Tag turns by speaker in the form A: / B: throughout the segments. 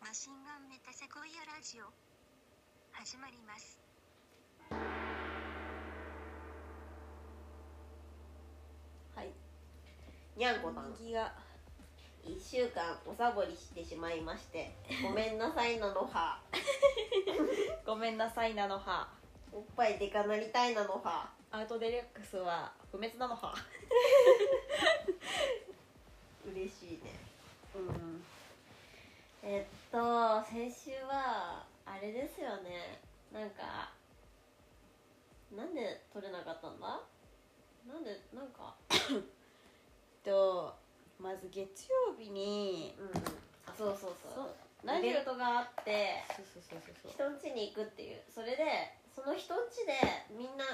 A: マシンガンメタセコイアラジオ始まります
B: はい。にゃんこさん、
C: 右が
B: 一週間おサボりしてしまいまして、ごめんなさいなのは、
C: ごめんなさいなのは
B: おっぱいでかなりたいなのは、
C: アウトデレックスは不滅なのは
B: 嬉しいね。
C: うん
B: えっと、先週は、あれですよね。なんか、なんで撮れなかったんだなんで、なんか、
C: とまず月曜日に
B: うん。あ、そうそうそう。
C: そう
B: ラジオとかあって、
C: そうそうそうそうそう
B: 人ん家に行くっていうそれでその人ん家でみんな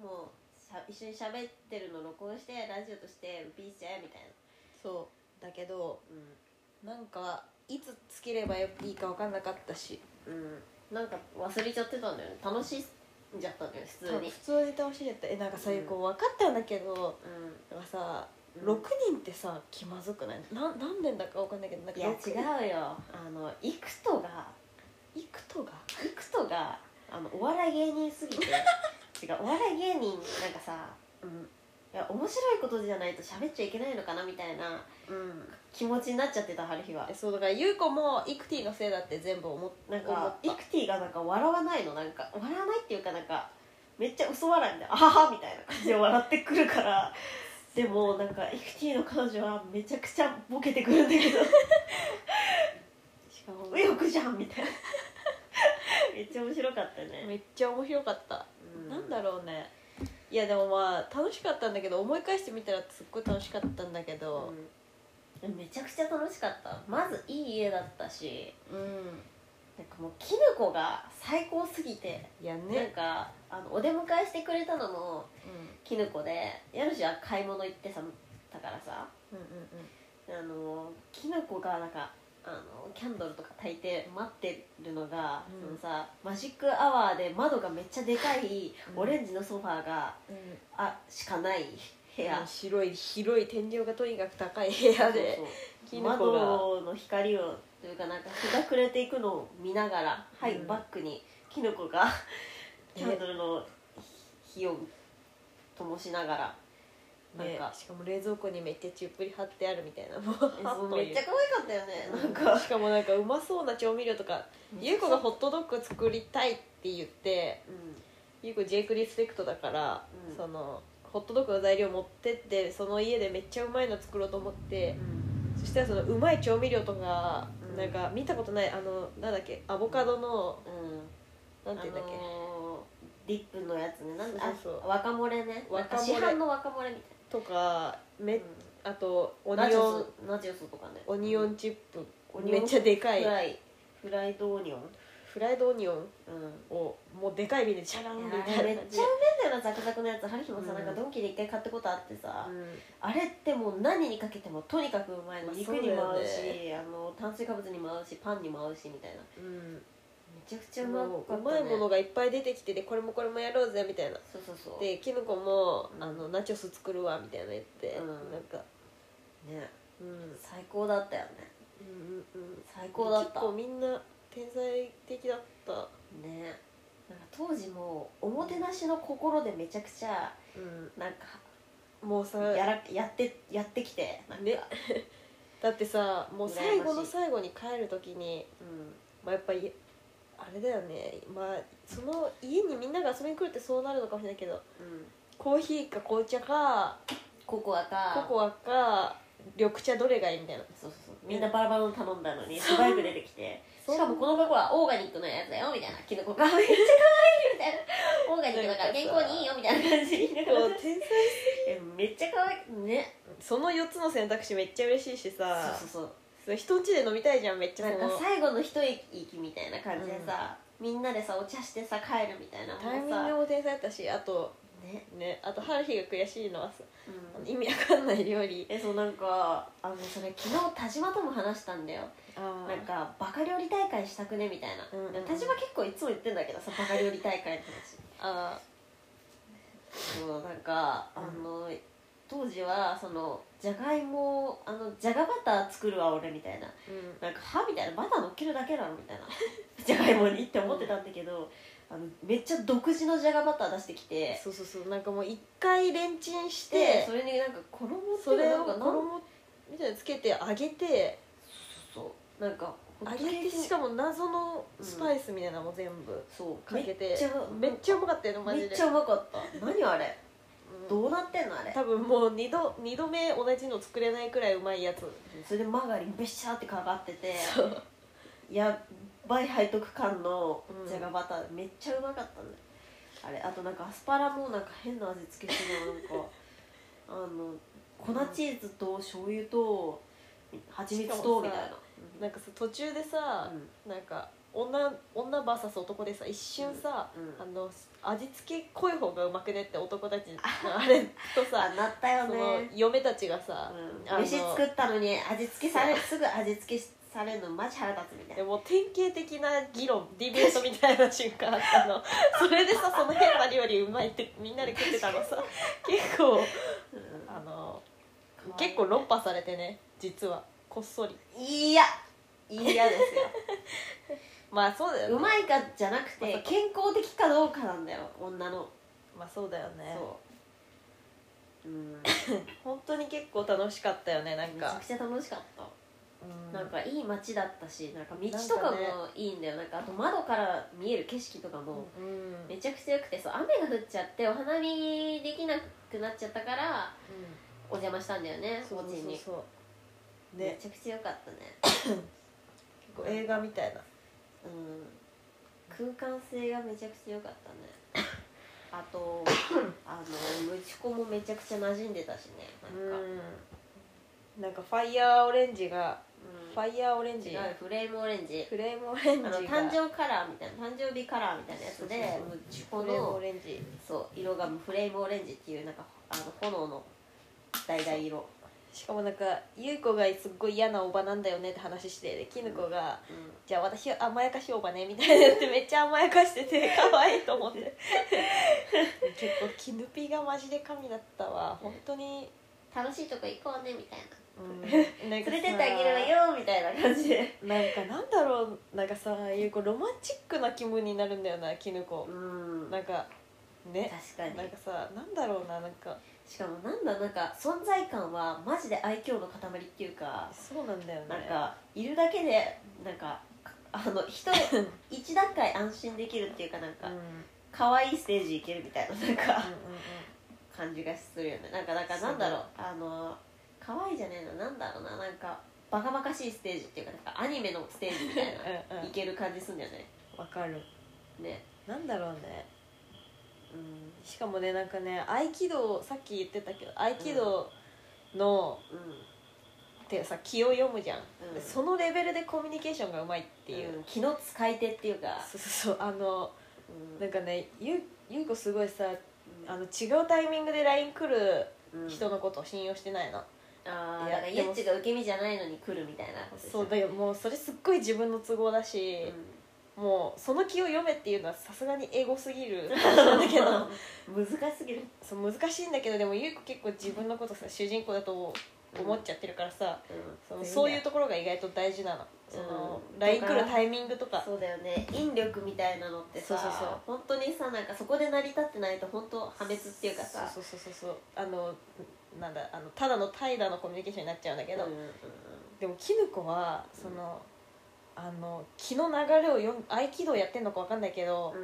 B: もうしゃ一緒に喋ってるの録音してラジオとしてピースちゃえみたいな
C: そうだけど
B: う
C: なんかいつつければいいか分かんなかったし
B: んうんなんか忘れちゃってたんだよね楽しんじゃったんだよね普
C: 多
B: 通
C: 分
B: に
C: 普通に楽しいやったえなんかさ、こう分かったんだけど
B: う
C: なんかさ、
B: うん
C: 六人ってさ気まずくないな何年だか分かんないけどなん
B: ん
C: か
B: いや
C: 六人
B: 違うよあのイクトが
C: いくとが
B: イクトがあのお笑い芸人すぎて違うお笑い芸人なんかさ
C: うん
B: いや面白いことじゃないと喋っちゃいけないのかなみたいな
C: うん
B: 気持ちになっちゃってた春日は
C: えそうだから優子もイクティのせいだって全部思っ
B: なん
C: 思
B: か
C: った
B: イクティがなんか笑わないのなんか笑わないっていうかなんかめっちゃ嘘笑いで「あはは」みたいな感じで笑ってくる からでもなんかイクティの彼女はめちゃくちゃボケてくるんだけど
C: しかも
B: 「右翼じゃん」みたいなめっちゃ面白かったね、
C: めっちゃ面白かった、
B: うん
C: なんだろうねいやでもまあ楽しかったんだけど思い返してみたらすっごい楽しかったんだけど
B: うんめちゃくちゃ楽しかったまずいい家だったし
C: うん、
B: なんかもうキヌコが最高すぎて、
C: いや
B: なん
C: ね、
B: かあのお出迎えしてくれたのもキヌコで家主は買い物行ってさだからさ
C: うん、うんうん
B: あのきなこがなんかあのキャンドルとか焚いて待ってるのが、
C: うん
B: そのさマジックアワーで窓がめっちゃでかい
C: うん
B: オレンジのソファーが、
C: うん
B: あしかない部
C: いや
B: 屋
C: 広い広い天井がとにかく高い部屋で
B: そうそう
C: きなこが
B: 窓の光をというかなんか日が暮れていくのを見ながら、はい
C: うん
B: バックにきのこが
C: え
B: キャンドルの火を灯しながらなん
C: ね
B: か、
C: しかも冷蔵庫にめっちゃちっぷり貼ってあるみたいなもう
B: え
C: は
B: そう
C: とい
B: め
C: う
B: っちゃ可愛かったよねなん
C: うん
B: か
C: しかもなんかうまそうな調味料とか優子がホットドッグ作りたいって言って
B: うん
C: ゆうこジェイクリスペクトだから、
B: うん
C: そのホットドッグの材料持ってってその家でめっちゃうまいの作ろうと思って、そしたらそのうまい調味料とか、
B: うん
C: なんか見たことないあのなんだっけアボカドの
B: うん
C: なんていうんだっけ、
B: あのー、リップのやつねなんだ
C: そうそうそう
B: あ若漏れね
C: 若
B: なんか
C: 漏れ
B: 市販の若漏れみ
C: とか
B: た
C: め、
B: いな
C: あとオ
B: うん
C: ニ
B: ナチ
C: オ
B: ョ
C: ン
B: スナチョスとかね
C: オニオ
B: うん
C: ンチップ、
B: オニオン
C: めっちゃでかい
B: フライフライドオニオン
C: フライドオニオン
B: うん
C: をもうでかい瓶でチャランみたい
B: い
C: な
B: やあれめっ
C: 感じ
B: ちゃ
C: で
B: うめえんだよなザクザクのやつ春日もさ、
C: うん
B: なんかドンキで一回買ったことあってさ、
C: うん
B: あれってもう何にかけてもとにかくうまいの
C: まあ
B: 肉にも合う
C: そうだよ
B: し、あの炭水化物にも合うしパンにも合うしみたいなめ
C: うん
B: ちゃくちゃうま
C: もう
B: か
C: う
B: った、
C: ま
B: ね、
C: いものがいっぱい出てきててこれもこれもやろうぜみたいな
B: そうそうそう
C: でキムコも
B: う
C: 「
B: ん
C: あのナチョス作るわ」みたいなの言って、
B: うん
C: なんか
B: ね
C: うん
B: 最高だったよね
C: うんうん
B: 最高だった
C: 結構みんな天才的だった
B: ねなんか当時もおもてなしの心でめちゃくちゃ
C: うん
B: なんか
C: もうさ
B: やらやってやってきてなんか、
C: ねだってさもう最後
B: 羨ま
C: の
B: しい
C: 最後に帰る時に、まあ、やっぱりあれだよねまあその家にみんなが遊びに来るってそうなるのかもしれないけど
B: うん、うん、
C: コーヒーか紅茶か
B: ココア
C: コ
B: か
C: コアか緑茶どれがいい みたいな
B: そうそうそうみんなバラバラの頼んだのに素早く出てきて
C: そう
B: しかもこのココアオーガニックのやつだよみたいなキノコがめっちゃ 可愛いみたいなオーガニックだから健康にいいよみたいな感じで言いながら
C: こう天才
B: えめっちゃ可愛いね
C: その4つの選択肢めっちゃ嬉しいし
B: そう
C: さ
B: そうそう
C: それ人んちで飲みたいじゃんめっち
B: な
C: ゃそ
B: んか
C: の
B: 最後の一息みたいな感じでさ、みんなでさお茶してさ帰るみたいなもうさ
C: タイミングも天才だったしあと
B: ね、
C: ねあと春日が悔しいのはさ
B: うん、
C: 意味わかんない料理
B: えそうなんかあのそれ昨日田島とも話したんだよ
C: あ
B: なんかバカ料理大会したくねみたいな、
C: うんうん
B: 田島結構いつも言ってんだけどさバカ料理大会って話
C: あ
B: そうなんか、
C: うん
B: あの当時はそのじゃがいもをあのじゃがバター作るわ俺みたいな
C: うん
B: なんか歯みたいなバター乗っけるだけなのみた いなじゃがいもにって思ってたんだけど、あのめっちゃ独自のじゃがバター出してきて
C: そうそうそうなんかもう一回レンチンし
B: で
C: て
B: それになんか衣って
C: そ
B: いう
C: れ
B: の
C: を
B: なんかなん
C: 衣みたいにつけて揚げて
B: そうなんかホット
C: 揚
B: ケーキ
C: げてしかも謎のスパイスみたいなのも全部
B: そう
C: かけ
B: め
C: て
B: っちゃ
C: めっちゃうまかったよねマジ
B: め
C: で
B: っちゃうまかった何あれ
C: うん
B: どうなってんのあれ
C: 多分もう二度二度目同じの作れないくらいうまいやつ
B: それでマーガリンべしゃーってかかってて
C: そう
B: やばい背徳感の
C: うん
B: じゃがバター、めっちゃうまかったねあれあとなんかアスパラもなんか変な味付けしてるのなんか あの粉チーズと醤油と蜂蜜とみたいな
C: なんかさ途中でさ、
B: うん
C: なんか女女 VS 男でさ一瞬さ、
B: うん
C: あの味付け濃い方がうまくねって男たち のあれと
B: あ
C: さ
B: なったよ
C: その
B: ね、
C: 嫁たちがさ、
B: うん
C: あの
B: 飯作ったのに味付けされすぐ味付けされるのマジ腹立つみたい
C: で
B: な
C: も典型的な議論ディベートみたいな瞬間あっ たのそれでさその変な料理うまいってみんなで食ってた のさ結構あの結構論破されてね実はこっそり
B: いやいやですよ
C: まあそうだよね
B: うまいかじゃなく
C: まさ
B: て
C: か
B: 健康的かどうかなんだよ女の、
C: まあそうだよね
B: そううん
C: 本当に結構楽しかったよねなん
B: めちゃ
C: か
B: くちゃ楽しかった、
C: うん
B: なんかいい街だったしなんか道
C: なん
B: とか
C: か
B: も
C: ね
B: いいんだよなんかあと窓から見える景色とかも
C: うんうん
B: めちゃくちゃ良くてそう雨が降っちゃってお花見できなくなっちゃったからお邪魔したんだよね
C: そう
B: お
C: そう
B: 家
C: そう
B: に
C: そう
B: め
C: ね
B: ちゃくちゃ良かったね、
C: 結構映画みたいな
B: うん、空間性がめちゃくちゃ良かったね あとあのムチコもめちゃくちゃ馴染んでたしねなんか、
C: うんなんかファイヤーオレンジが
B: うん
C: ファイヤーオレンジ
B: 違うフレームオレンジ
C: フレームオレン
B: あ
C: ジ
B: の
C: が
B: 誕生カラーみたいな誕生日カラーみたいなやつで
C: そうそう
B: ムチコ
C: フレームオ
B: の
C: レンジ
B: そう色がフレームオレンジっていうなんかあの炎の橙色
C: しかもなんか優子がすっごい嫌なおばなんだよねって話してで絹子が
B: う
C: 「じゃあ私甘やかしおばね」みたいなやってめっちゃ甘やかし てて可愛いと思って結構絹ピがマジで神だったわ本当に
B: ん楽しいとこ行こうねみたいな連れ
C: 連
B: てってあげるわよみたいな感じで
C: なんかなんだろうなんかさ優子ロマンチックな気分になるんだよな絹子
B: うん
C: なんかね
B: 確か
C: なん
B: に
C: かさなんだろうななんか
B: しかもなんだなんか存在感はマジで愛嬌の塊っていうか
C: そうなんだよね
B: なんかいるだけでなんかあの 人一段階安心できるっていうかなん
C: う
B: か
C: んうんうん
B: 可愛いステージ行けるみたいななんか
C: うん
B: 感じがするよねなんかなんかなんだろうあの可愛いじゃねえななんだろうななんかバカバカしいステージっていうかなんかアニメのステージみたいな
C: うんう
B: いける感じすんだよね
C: んわかる
B: ね
C: なんだろうね
B: うん
C: しかもねなんかね合気道さっき言ってたけど合気道の、ってさ気を読むじゃん、
B: うん
C: そのレベルでコミュニケーションがうまいっていう、
B: うん気の使い手っていうか
C: そうそうそうあの
B: うん
C: なんかねゆゆう子すごいさあの違うタイミングで LINE 来る
B: うん
C: 人のことを信用してないの、
B: ああだ
C: いや
B: から
C: で
B: ゆ
C: も
B: っちが受け身じゃないのに来るみたいなことでしょ
C: そうだよもうそれすっごい自分の都合だし、 もうその気を読めっていうのはさすがにエゴすぎ るなんだけど
B: うん難しすぎる
C: そう難しいんだけどでもゆう子結構自分のことさ主人公だと思っちゃってるからさ、そのそういうところが意外と大事なのその
B: うん
C: LINE 来るタイミングとか
B: そうだよね引力みたいなのってさ
C: そうそうそう
B: 本当にさなんかそこで成り立ってないと本当破滅っていうかさ
C: そうそうそうそうそうあのなんだあのただの怠惰のコミュニケーションになっちゃうんだけど、
B: うんうんうん
C: でも絹子はその、あの気の流れを読む合気道やってんのかわかんないけど、
B: うん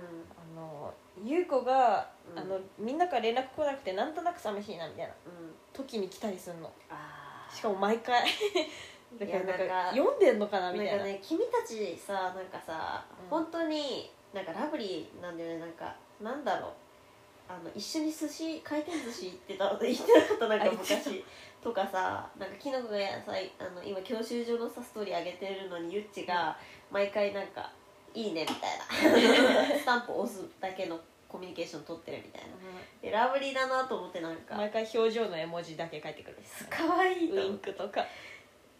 C: あの優子が、
B: うん
C: あのみんなから連絡来なくてなんとなく寂しいなみたいな
B: うん
C: 時に来たりするの
B: あー
C: しかも毎 回だからなん
B: いやな
C: か
B: んか
C: 読んでんのかな
B: なん
C: み
B: か
C: たいな
B: ね君たちさなんかさ、
C: うん
B: 本当になんかラブリーなんだよねなんかなんだろうあの一緒に寿司回転寿司行ってた行ってなかったなん
C: あ
B: か
C: 行ってた
B: 昔とかさなんかきのこがさいあの今教習所のさストーリー上げてるのにゆっちが毎回なんか「いいね」みたいな スタンプ押すだけのコミュニケーション取ってるみたいなでラブリーだなと思ってなんか
C: 毎回表情の絵文字だけ書いてくる
B: 可愛い
C: ウ
B: と
C: イ
B: 思
C: ン
B: っ
C: クとか
B: て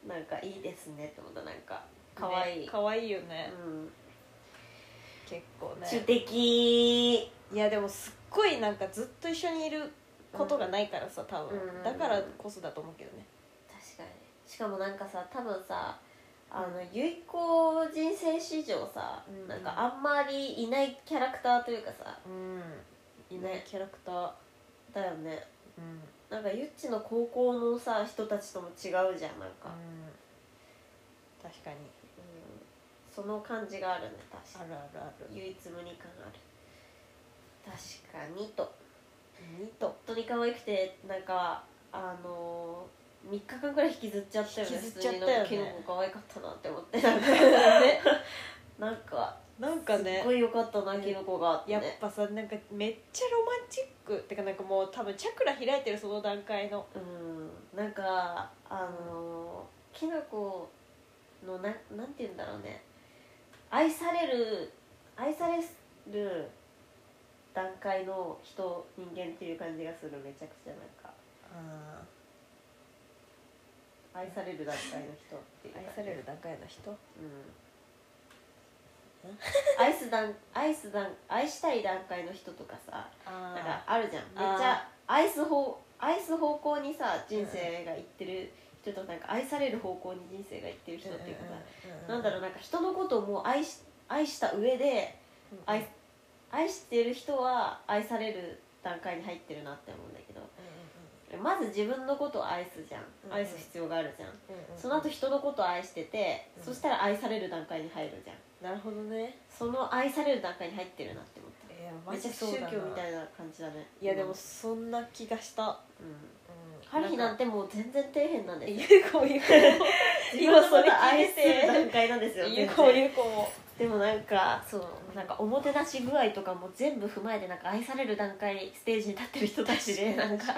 B: なんかいいですねって思ったなんか可愛い、
C: ね可愛いよね、
B: うん
C: 結構
B: 中
C: ね
B: 的
C: いやでもすっごいなんかずっと一緒にいることがないからさ多分、
B: うん
C: だからこそだと思うけどね
B: 確かにしかもなんかさ多分さあの結子人生史上さ、
C: うん
B: なんかあんまりいないキャラクターというかさ
C: うんいない
B: ね
C: キャラクター、
B: だよね
C: うん
B: なんかゆっちの高校のさ人たちとも違うじゃんなんか、
C: 確かに
B: うんその感じがあるね確か
C: あるあるある
B: に唯一無二感ある確かにと
C: ニト
B: 本当に可愛くてなんかあのー3日間ぐらい引きずっちゃったよね
C: 引きずっちゃったよね
B: 普通になんかキノコ可愛かったなって思って なんか
C: ね
B: なんか
C: なんか
B: すっ
C: ね
B: ごい良かったな、
C: ね
B: キノコがあって
C: やっ
B: ね
C: ぱさなんかめっちゃロマンチックってかなんかもう多分チャクラ開いてるその段階の
B: うんなんかあのーキノコのななんて言うんだろうね愛される愛される段階の人人間っていう感じがするめちゃくちゃなんか愛される段階の人っていう
C: 愛
B: 感じ
C: される段階の人
B: うん愛す段愛す段愛したい段階の人とかさ
C: あ
B: なんかあるじゃん
C: あー
B: めっちゃ愛す方愛す方向にさ人生がいってる人となんか愛される方向に人生がいってる人っていうかさ、なんだろうなんか人のことをもう愛し愛した上で
C: うんうん
B: 愛愛してる人は愛される段階に入ってるなって思うんだけどまず自分のことを愛すじゃん
C: うん
B: 愛す必要があるじゃん
C: うんうんうん
B: その後人のことを愛してて
C: うん
B: そしたら愛される段階に入るじゃん
C: なるほどね
B: その愛される段階に入ってるなって思った
C: いや
B: めっちゃ宗教みた
C: い
B: いな感じだね
C: いやでもそんな気がした
B: うんハ
C: 春
B: リ
C: 日
B: ーなんてもう全然底辺なんですよ
C: ゆうこもゆうこも
B: 今それ愛する段階なんですよ
C: ゆ
B: 全
C: うこも
B: 然
C: ゆうこも
B: でもなんかそうなんかおもてなし具合とかも全部踏まえてなんか愛される段階ステージに立ってる人たちでなんか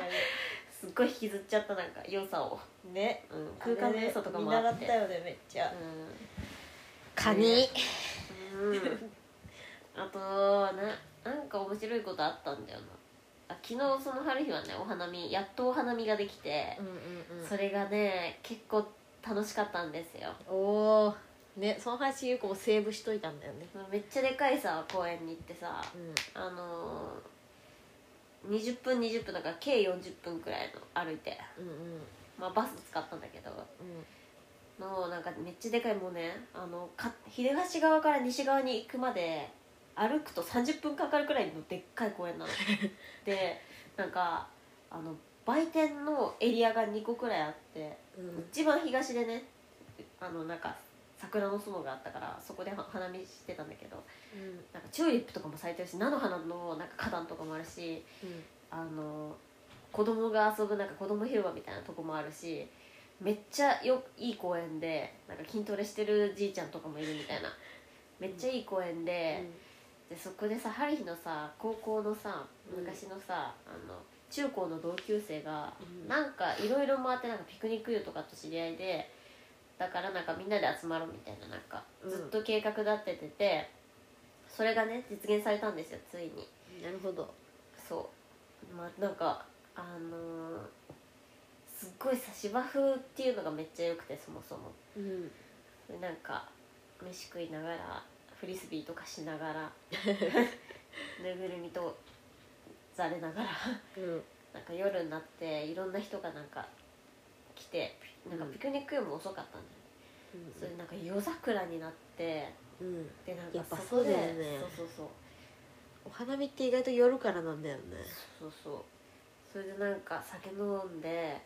B: すっごい引きずっちゃったなんか良さを、
C: ね
B: うん、空間の良さとかもあ
C: 見習
B: っ
C: ってたよねめっちゃ
B: カニうん、うん、あとななんか面白いことあったんだよなあ昨日その春日はねお花見やっとお花見ができて、
C: んうん
B: それがね結構楽しかったんですよ
C: おおねその話ゆうこもセーブしといたんだよね
B: めっちゃでかいさ公園に行ってさ
C: うん
B: あのー、20分20分だから計40分くらいの歩いて、
C: うんうん
B: まあ、バス使ったんだけどのなんかめっちゃでかいもうねあのか東側から西側に行くまで歩くと30分かかるくらいのでっかい公園なのでなんかあの売店のエリアが2個くらいあって
C: うんうん
B: 一番東でねあのなんか桜の園があったからそこでは花見してたんだけどなんかチューリップとかも咲いてるし菜の花のなんか花壇とかもあるしあの子供が遊ぶなんか子供広場みたいなとこもあるしめっちゃよいい公園でなんか筋トレしてるじいちゃんとかもいるみたいなめっちゃいい公園で,、でそこでさ春日のさ高校のさ
C: うん
B: 昔のさ、あの中高の同級生が
C: うん
B: なんかいろいろ回ってなんかピクニック湯とかと知り合いでだからなんかみんなで集まろうみたいななんか
C: うん
B: ずっと計画立ててて、それがね実現されたんですよついに。
C: なるほど
B: そうまあなんかあのーすっごいさ芝生っていうのがめっちゃ良くてそもそも
C: うん
B: でなんか飯食いながらフリスビーとかしなが らぬいぐるみとざれながら
C: うん
B: なんか夜になっていろんな人がなんか来てなんかピクニックも遅かったんだよ、それでなんか夜桜になって
C: うん
B: でなん
C: やっ
B: か
C: ぱ
B: そこで
C: そうだよね
B: そうそうそう
C: お花見って意外と夜からなんだよね
B: そうそうそれでなんか酒飲んで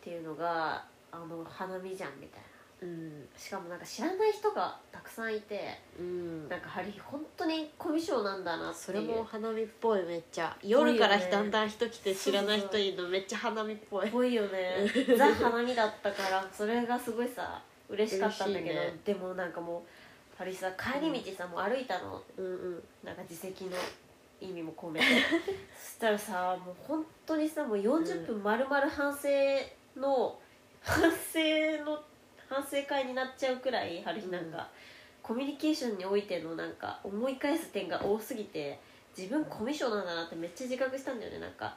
B: っていうのがあの花見じゃんみたいな
C: うん
B: しかもなんか知らない人がたくさんいて
C: うん
B: なんかハリー本当にコミュ障なんだなっていう
C: それもお花見っぽいめっちゃ夜からだんだん人来て知らない人いるのめっちゃ花見っぽい
B: っぽいよ ねザ花見だったからそれがすごいさ嬉しかったんだけど、
C: 嬉しいね
B: でもなんかもうハリーさ帰り道さ、もう歩いたの
C: うんうん
B: なんか自責の意味も込めてそしたらさもう本当にさもう40分丸々反省の、反省の反省会になっちゃうくらい春日なんか、
C: うん
B: コミュニケーションにおいてのなんか思い返す点が多すぎて自分コミュ障なんだなってめっちゃ自覚したんだよねなんか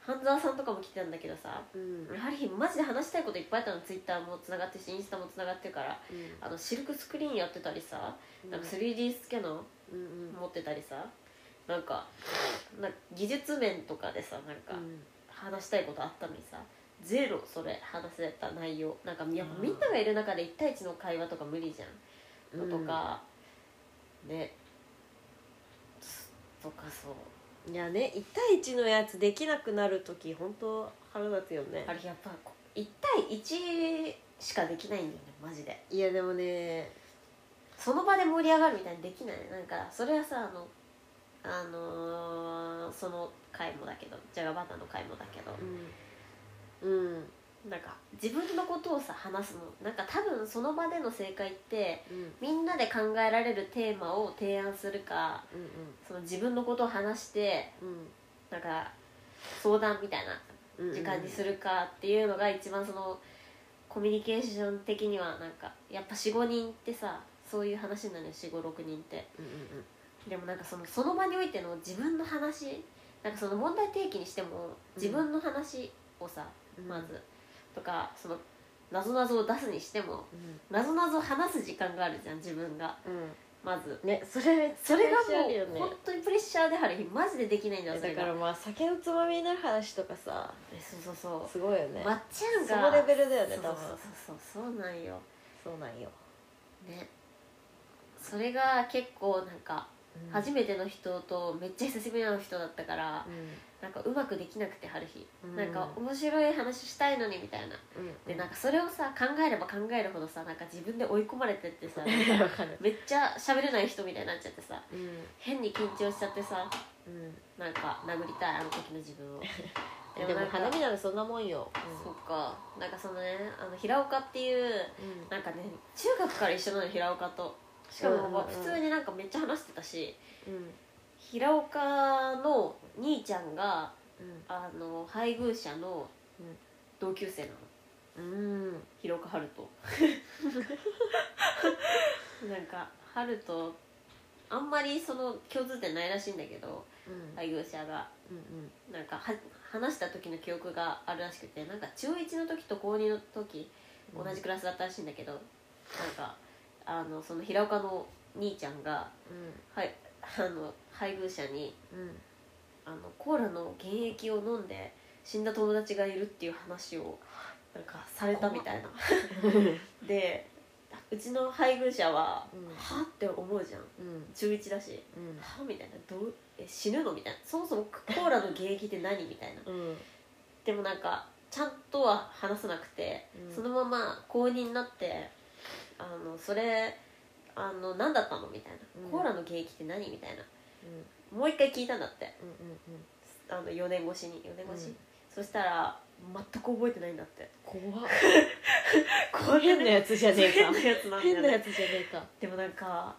B: 半沢さんとかも来てたんだけどさ
C: うん
B: ハリーマジで話したいこといっぱいあったのツイッターもつながってるしインスタもつながってるからあのシルクスクリーンやってたりさなんか 3D スキャナー
C: うんうん
B: 持ってたりさなんかな技術面とかでさなんか話したいことあったのにさゼロそれ話せた内容なんかいや
C: あー
B: みんながいる中で1対1の会話とか無理じゃん
C: うん
B: のとか、ねとかそう
C: いやね1対1のやつできなくなる時本当腹立つよね
B: あれやっぱこう1対1しかできないんだよねマジで
C: いやでもね
B: その場で盛り上がるみたいにできないねなんかそれはさあのあのーその回もだけどジャガバタの回もだけど
C: うん、うん
B: なんか自分のことをさ話すのなんか多分その場での正解って
C: うん
B: みんなで考えられるテーマを提案するか
C: うん
B: その自分のことを話して
C: うん
B: なんか相談みたいな
C: うんうん
B: 時間にするかっていうのが一番そのコミュニケーション的にはなんかやっぱ45人ってさそういう話になるよ456人って
C: うんうんうん
B: でもなんかそのその場においての自分の話なんかその問題提起にしても
C: うん
B: 自分の話をさ、
C: うん
B: まずとかその謎々を出すにしても
C: うん
B: 謎々を話す時間があるじゃん自分がまず
C: ねそれめっち
B: そ
C: ゃ
B: れが
C: プレッシャーあるよ
B: もう
C: ね
B: 本当にプレッシャーである日マジでできないんだよそ
C: だ
B: れ
C: から
B: が
C: まあ酒のつまみになる話とかさ
B: えそうそうそ
C: すごいよ
B: う
C: ね
B: まっちゃん
C: そ
B: が
C: のレベルだよね
B: そう
C: 多分
B: そうそうそうそうなんよ
C: そうなんよ
B: ねそれが結構なんか初
C: め
B: めての人とめっちゃ久しぶりの人だったから
C: う
B: なんかうまくできなくて春日、
C: うん
B: なんか面白い話したいのにみたいなでなん
C: か
B: かそれをさ考えれば考えるほどさなんか自分で追い込まれてってさ
C: わかる
B: めっちゃ喋れない人みたいになっちゃってさ
C: うん
B: 変に緊張しちゃってさ
C: うん
B: なんか殴りたいあの時の自 分を
C: でも
B: なんか
C: 花見なんてそんなもんよ
B: そっかなんかそのねあの平岡っていう
C: うん
B: なんかね中学から一緒なの平岡としか
C: うんうんう
B: も
C: ん
B: 普通になんかめっちゃ話してたし
C: うん
B: 平岡の兄ちゃんが
C: うん
B: あの配偶者の
C: うん
B: 同級生なの
C: うん
B: 広岡春人なんか春人あんまりその共通点ないらしいんだけど
C: うん
B: 配偶者が
C: うん
B: なんかは話した時の記憶があるらしくてなんか中1の時と高2の時同じクラスだったらしいんだけど、なんかあのその平岡の兄ちゃんが、
C: う
B: はい、あの配偶者に
C: んうん
B: あのコーラの原液を飲んで死んだ友達がいるっていう話をなんかされたみたいなでうちの配偶者は、
C: うん
B: はって思うじゃん
C: うん
B: 中1だし
C: うん
B: はみたいなどうえ死ぬのみたいなそもそもコーラの原液って何みたいな
C: うん
B: でもなんかちゃんとは話さなくて、
C: うん
B: そのまま公認になってあのそれあの何だったのみたいな、
C: うん
B: コーラの原液って何みたいなもう一回聞いたんだって
C: うんうんう
B: あ
C: ん
B: の4年越しに4年越し、
C: うん
B: そしたら全く覚えてないんだって
C: 怖っ
B: こ
C: 変なやつじゃねえ
B: 変
C: か
B: なやつなんだよ
C: 変な
B: ね
C: やつじゃねえか
B: でもなんか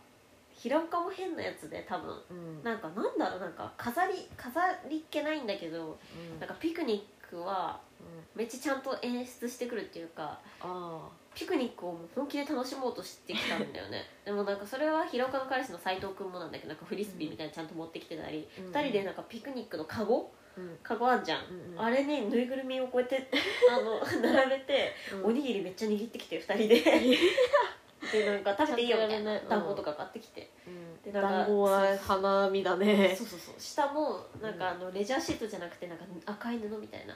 B: 平岡も変なやつで多分
C: うん
B: なんかなんだろうなんか飾り飾りっけないんだけど
C: うん
B: なんかピクニックは
C: うん
B: めっちゃちゃんと演出してくるっていうか
C: あ
B: ピクニックをもう本気で楽しもうとしてきたんだよね でもなんかそれは平岡の彼氏の斎藤君もなんだけどなんかフリスビーみたいなのちゃんと持ってきてたり、
C: うん
B: 2人でなんかピクニックのカゴ
C: あうん
B: カゴあんじゃん、
C: うんうん
B: あれにぬいぐるみをこうやって あの並べて、
C: うん
B: おにぎりめっちゃ握ってきて2人で でなんか食べていいよみたい
C: ちゃんと
B: な
C: やるね
B: 団子とか買ってきて、で
C: うん
B: なんか
C: 団子は花見だね
B: そうそうそう下もなんかあのレジャーシートじゃなくてなんか赤い布みたいな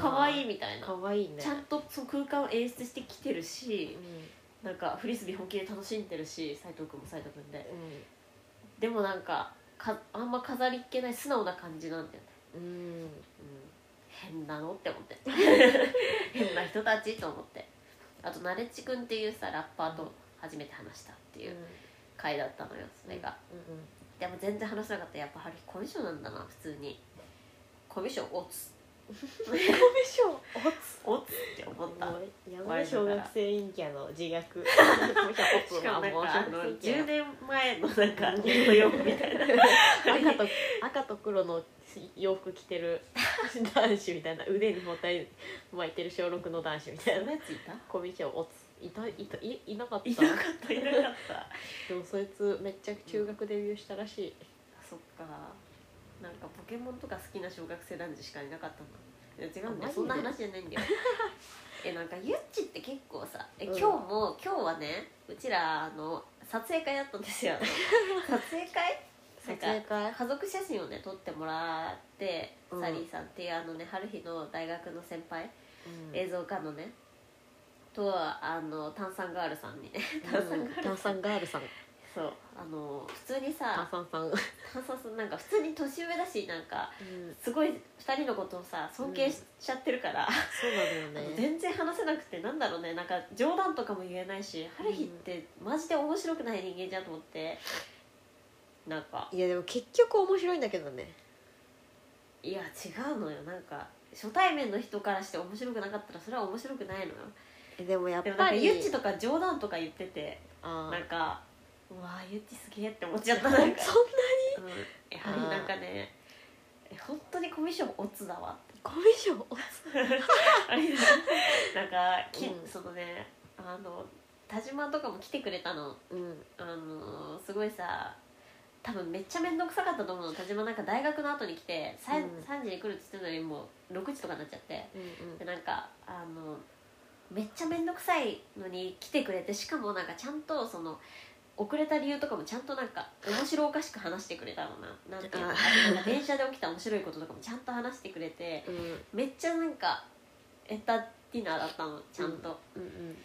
B: 可
C: 可
B: 愛い
C: い
B: みたいな、
C: 可愛いね
B: ちゃんとその空間を演出してきてるし
C: うん
B: なんかフリスビー本気で楽しんでるし斉藤君も斉藤君で
C: うん
B: でもなんかかあんま飾りっけない素直な感じなんだよね
C: うん
B: 変なのって思って 変な人たちと思ってあとナレッジ君っていうさラッパーと初めて話したっていう回だったのよそれが、
C: う
B: でも全然話せなかったやっぱ春日コミュ障なんだな普通にコミュ障おつ
C: んうんうんでしょ
B: おつおつって思った
C: もうやばい小学生陰キャの自虐
B: しかもなん
C: もう
B: かあの
C: 小学
B: 10
C: 生陰キャ
B: 年前のなんかお洋服みたい な
C: 赤と赤と黒の洋服着 てる男子みたいな腕に包帯巻いてる小6の男子みたい な
B: やついた
C: コミュ障おついたいたいいなかった
B: いなかったいなかった
C: でもそいつめっちゃ中学デビューしたらしい、
B: そっかなんかポケモンとか好きな小学生男児しかいなかったんだいや違うんだよ
C: あマジで
B: そんな話じゃない んだよえなんかゆっちって結構さえ
C: う
B: 今
C: ん
B: 日も、 今日はねうちらあの撮影会やったんですよ撮影会撮影会家族写真をね撮ってもらって、
C: うん
B: サリーさんっていうあのね春日の大学の先輩、
C: うん
B: 映像科のねとあの炭酸ガールさ んにね炭酸ガール
C: 炭酸ガールさん
B: そうあの普通に
C: 炭
B: さ
C: 酸さん、う
B: 炭酸さんなんか普通に年上だしなんか
C: ん、
B: すごい2人のことをさ尊敬しちゃってるから、
C: そうなんだ
B: あ
C: よ
B: の
C: ね
B: 全然話せなくてなんだろうねなんか冗談とかも言えないし春日ってマジで面白くない人間じゃんと思ってなんか
C: いやでも結局面白いんだけどね
B: いや違うのよなんか初対面の人からして面白くなかったらそれは面白くないのよ
C: えでもやっ
B: でもなん
C: ぱ
B: か
C: り
B: ゆっちとか冗談とか言ってて
C: あ
B: なん
C: ー
B: かうわゆっちすげえって思っちゃったなんか
C: そんな
B: うんやはりなんかね本当にコミッションオツだ わって
C: コミュ障
B: あれなんかき、
C: うん
B: そのねあの田島とかも来てくれたの
C: うん
B: あのーすごいさ多分めっちゃ面倒くさかったと思うの田島なんか大学の後に来て 3,、
C: うん
B: 3時に来るっつってたのにもう6時とかになっちゃって
C: うん
B: でなんかあのめっちゃ面倒くさいのに来てくれてしかもなんかちゃんとその遅れた理由とかもちゃんとなんか面白おかしく話してくれたのななんていうの
C: あ
B: なんか電車で起きた面白いこととかもちゃんと話してくれて
C: うんうん
B: めっちゃなんかエンターティナーだったのちゃんと、
C: うんうん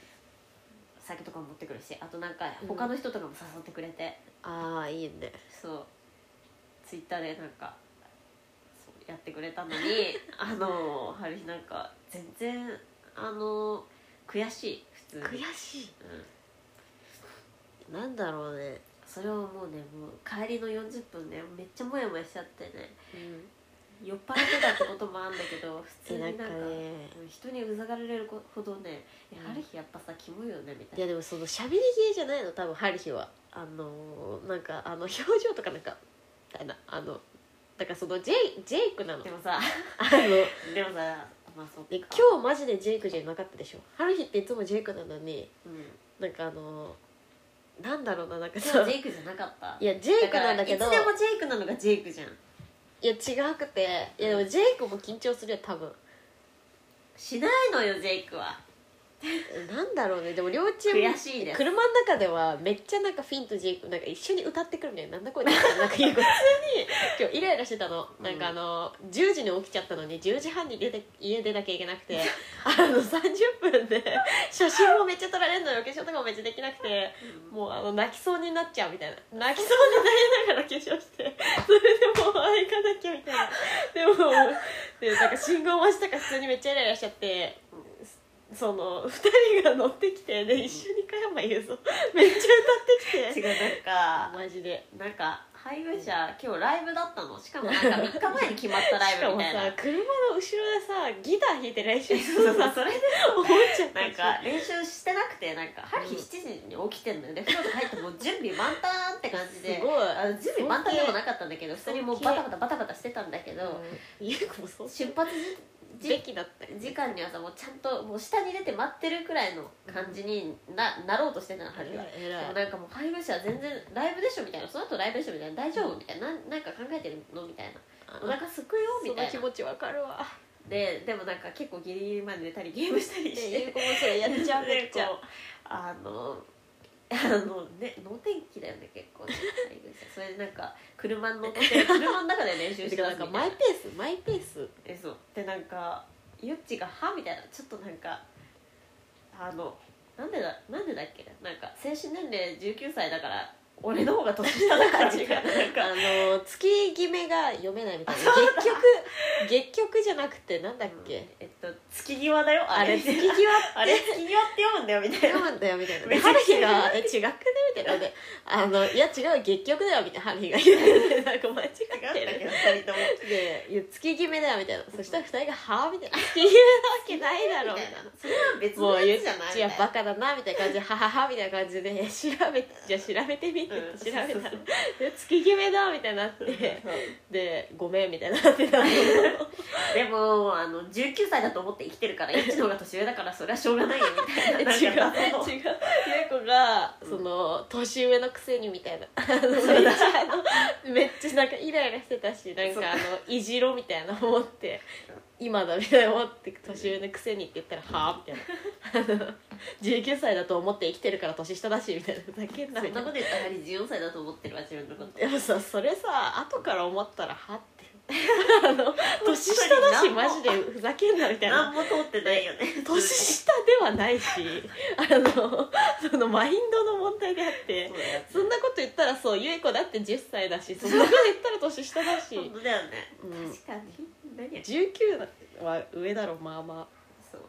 B: 酒とかも持ってくるしあとなんか
C: うん
B: 他の人とかも誘ってくれて、
C: ああいいね
B: そうツイッターでなんかそうやってくれたの にあの春日なんか全然あの悔しい普通に、うん、
C: しいなんだろうね、
B: それはもうねもう帰りの40分ねめっちゃモヤモヤしちゃってね
C: うん、
B: 酔っ払ってたってこともあるんだけ ど普通
C: え
B: に
C: な
B: なんん
C: か
B: か
C: ね
B: うん人にうざがられるほどね「いや
C: うん
B: 春日やっぱさキモいよね」みた
C: い
B: い
C: や
B: な
C: でもそのしゃべり系じゃないの多分ハリヒはあのーなんかあの表情とかなんかみたいなあのだからそのジェイジェイクなの
B: でもさ
C: あので
B: でもさまあそっか
C: 今日マジでジェイクじゃなかったでしょハリヒっていつもジェイクなのに
B: うん
C: なんかあのーなんだろうななんか
B: でも
C: さ
B: ジェイクじゃなかった
C: いやジェイクなんだけど
B: いつでもジェイクなのがジェイクじゃん
C: いや違くていやでもジェイクも緊張するよ多分
B: しないのよジェイクは
C: えなんだろうねでも両チーム
B: 悔しいです
C: 車の中ではめっちゃなんかフィンとジェイクなんか一緒に歌ってくるみたいななんだこれなんか言う普 通に今日イライラしてたの、
B: うん
C: なんかあの10時に起きちゃったのに10時半に出て家出なきゃいけ なくてあの30分で写真もめっちゃ撮られるのよ化粧とかもめっちゃできなくてもうあの泣きそうになっちゃうみたいな泣きそうになりながら化粧してそれでもうあ行かなきゃみたいなでもでなんか信号待ちとか普通にめっちゃイライラしちゃってその2人が乗ってきてで一緒に加山雄三めっちゃ歌ってき
B: 違
C: て
B: うなんか
C: マジで
B: なんか配偶者、今日ライブだったのしかもなんか3日前に決まったライ
C: しか
B: ブ
C: も
B: みた
C: さ
B: いな
C: 車の後ろでさギター弾いて練習す
B: そう
C: る
B: そう
C: さ
B: それで
C: 思っちゃった
B: な
C: し
B: んか練習してなくてなんか春日
C: うん
B: 7時に起きてんのよで風呂入ってもう準備満タンって感じ
C: す
B: で
C: ごい
B: あの準備満タンでもなかったんだけど普通にもうバタバタバタバタしてたんだけど、
C: うんゆう子もそう
B: 出発時
C: べきだったよね
B: 時間にはさもうちゃんともう下に出て待ってるくらいの感じにな,、なろうとしてたの春日は。
C: 偉
B: で
C: い
B: もなんかもう配偶者は全然ライブでしょみたいなその後ライブでしょみたいな大丈夫みたいななんなんか考えてるのみたいなお腹すくよみ
C: そ
B: た
C: の
B: い
C: 気
B: な
C: 持ちわかるわ
B: ででもなんか結構ギリギリまで寝たりゲームしたりして、
C: ゆう子もそれやっちゃうめっち ゃ
B: でこうあのあのね能天気だよね結構ね配偶者それでなんか車に乗って車の中で練習してますみた
C: なんか
B: い
C: マ
B: な
C: イペースマイペース
B: えそうでなんかゆっちが「は?」みたいなちょっとなんかあのなんでだなんでだっけなんか精神年齢19歳だから俺の方が年下だからみたいななんか
C: あの月決めが読めないみたいな
B: あそう
C: 月曲月曲じゃなくてなんだっけ、
B: えっと月際だよ
C: あ
B: あれ
C: れ月際
B: あれ月際って読むんだよみたいな
C: 読むんだよみたいな
B: め
C: で
B: っちゃ
C: 春日が「え違くね?」みたいなで「あのいや違う月曲だよ」みたいな春日が言っててなんか間違
B: 違うんだ
C: って
B: け
C: る
B: ど2人とも
C: でいや「月決めだよ」みたいなそしたら二人が「はあ?」みたいな「月決めなわけないだろ」みたいな。
B: それは別
C: も
B: の
C: うゆ
B: や
C: っ
B: つじゃない
C: ちは
B: みたい
C: バ
B: な
C: カだなみたいな感じで「ははは」みたいな感じで「調べじゃあ調べてみ」って言って調べたら
B: うんそうそう
C: で月決めだ」みたいになってで「ごめん」みたいになっ てたの
B: でもあの19歳だと思って生きてるから1の方が年上だからそれはしょうがないよみた
C: 違う
B: いな
C: 違う
B: なんか
C: ゆう
B: 謎の
C: 子が
B: うん
C: その年上のくせにみたいな あのめっちゃあのめっちゃなんかイライラしてたしなん
B: そう
C: かあのいじろみたいな思って今だめだよって年上のくせにって言ったら「はあ?」みたいなあの19歳だと思って生きてるから年下だしみたいなふざけんな
B: そんない
C: みた
B: こ
C: な
B: と言ったらやはり14歳だと思ってるわ自分のこと
C: でもさそれさ後から思ったら「は?」って あの年下だし
B: 本当に何
C: マ
B: も
C: ジでふざけんなみたいな
B: 何も通ってないよね
C: 年下ではないしあのそのマインドの問題であって
B: そうだよ
C: そんなこと言ったらそうゆい子だって10歳だしそんなこと言ったら年下だし
B: 本当だよね、
C: うん
B: 確かに何や
C: 19は上だろまあま
B: そう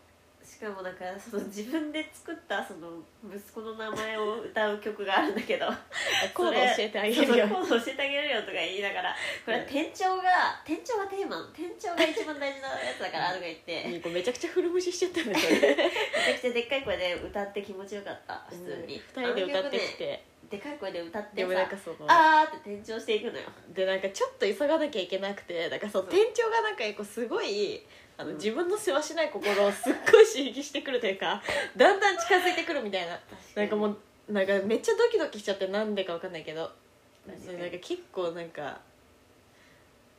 B: しかもなんかその自分で作ったその息子の名前を歌う曲があるんだけど
C: あ コー
B: そ
C: ド
B: れ
C: 教えてあげるよ
B: そうそうコード教えてあげるよとか言いながらこれは店長が店長がテーマの店長が一番大事なやつだからとか言って
C: ゆい子めちゃくちゃ古虫しちゃったねそれ
B: めちゃくちゃでっかい声で歌って気持ちよかった普通に、
C: 2人で歌って
B: あの曲
C: き
B: ね
C: て
B: でかい声で歌って
C: で
B: さ
C: もなんかその
B: あーって転調していくのよ
C: でなんかちょっと急がなきゃいけなくてだからそう
B: そう
C: 店長がなんかこうすごいあの
B: うん
C: 自分の世話しない心をすっごい刺激してくるというかだんだん近づいてくるみたいななんかもうなんかめっちゃドキドキしちゃってなんでかわかんないけどなん
B: 確
C: か
B: かに
C: 結構なんか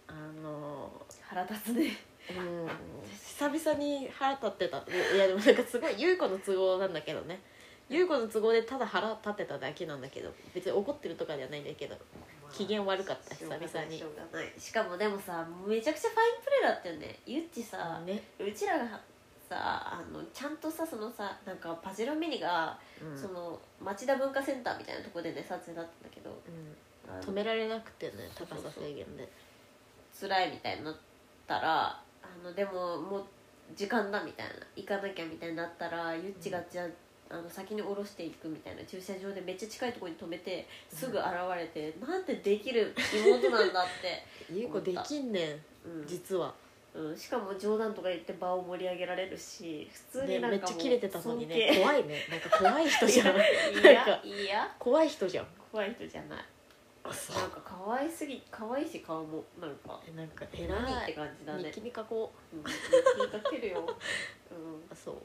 C: あの
B: 腹立つね
C: うん久々に腹立ってたいやでもなんかすごい優子の都合なんだけどね優子の都合でただ腹立ってただけなんだけど別に怒ってるとかではないんだけど機嫌悪かった久々に
B: しょうがないしかもでもさめちゃくちゃファインプレーだったよねゆっちさ、
C: ね、
B: うちらがさあのちゃんとさそのさなんかパジェロミニが、
C: うん
B: その町田文化センターみたいなとこでね撮影だったんだけど
C: う
B: あの
C: ん止められなくてね
B: そう
C: 高
B: そうそう
C: さ制限で
B: 辛いみたいになったらあのでももう時間だみたいな行かなきゃみたいになったらゆっちがじゃああの先に降ろしていくみたいな駐車場でめっちゃ近いところに止めてすぐ現れて、なんてできる妹なんだ って、
C: 優子できんねん
B: う
C: 実は
B: んうん、しかも冗談とか言って場を盛り上げられるし普通
C: ね
B: になんかも
C: めっ
B: う
C: ちゃキレてたのに
B: 尊
C: ね
B: 敬
C: 怖いねなんか怖い 人 じゃん
B: い
C: なん
B: や
C: か
B: いや
C: 怖い人じゃん
B: 怖い人じゃないなんか可愛すぎ可愛いし顔もなんか
C: えなんか偉
B: 何って
C: い
B: 感じだね
C: 日記に書こう
B: うん、気にかけるよ、うん、
C: あそう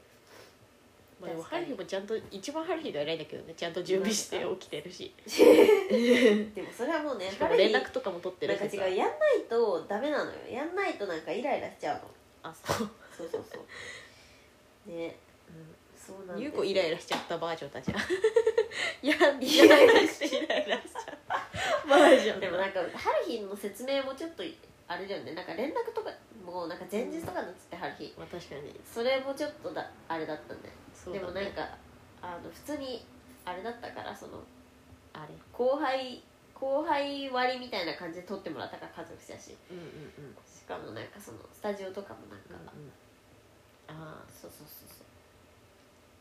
C: まあでも
B: 確か
C: 春
B: に
C: 日もちゃんと一番春日が偉いんだけどねちゃんと準備して起きて るし
B: でもそれはもうね
C: しかも
B: 彼
C: 連
B: に
C: 絡とかも取ってる
B: なん
C: し
B: か違うやんないとダメなのよやんないとなんかイライラしちゃうの
C: あそう
B: そうそうそう ねそうなんです
C: 優子イライラしちゃったバージョン たちゃんい やイ
B: イラ
C: ラ
B: イ
C: イ
B: ラ
C: ラ
B: し
C: してイライラしちゃったバージョン
B: でもなんか春日の説明もちょっとあれだよねなんか連絡とかもうなんか前日とかになっつって春日
C: まあ確かに
B: それもちょっとだあれだったんだよ
C: そう
B: で
C: だね
B: もなんかあの普通にあれだったからその
C: あれ
B: 後輩後輩割りみたいな感じで撮ってもらったから家族写真し
C: うんうんうん
B: かもなんかそのスタジオとかもなん
C: うんう
B: か、
C: んあ
B: そうそうそうそ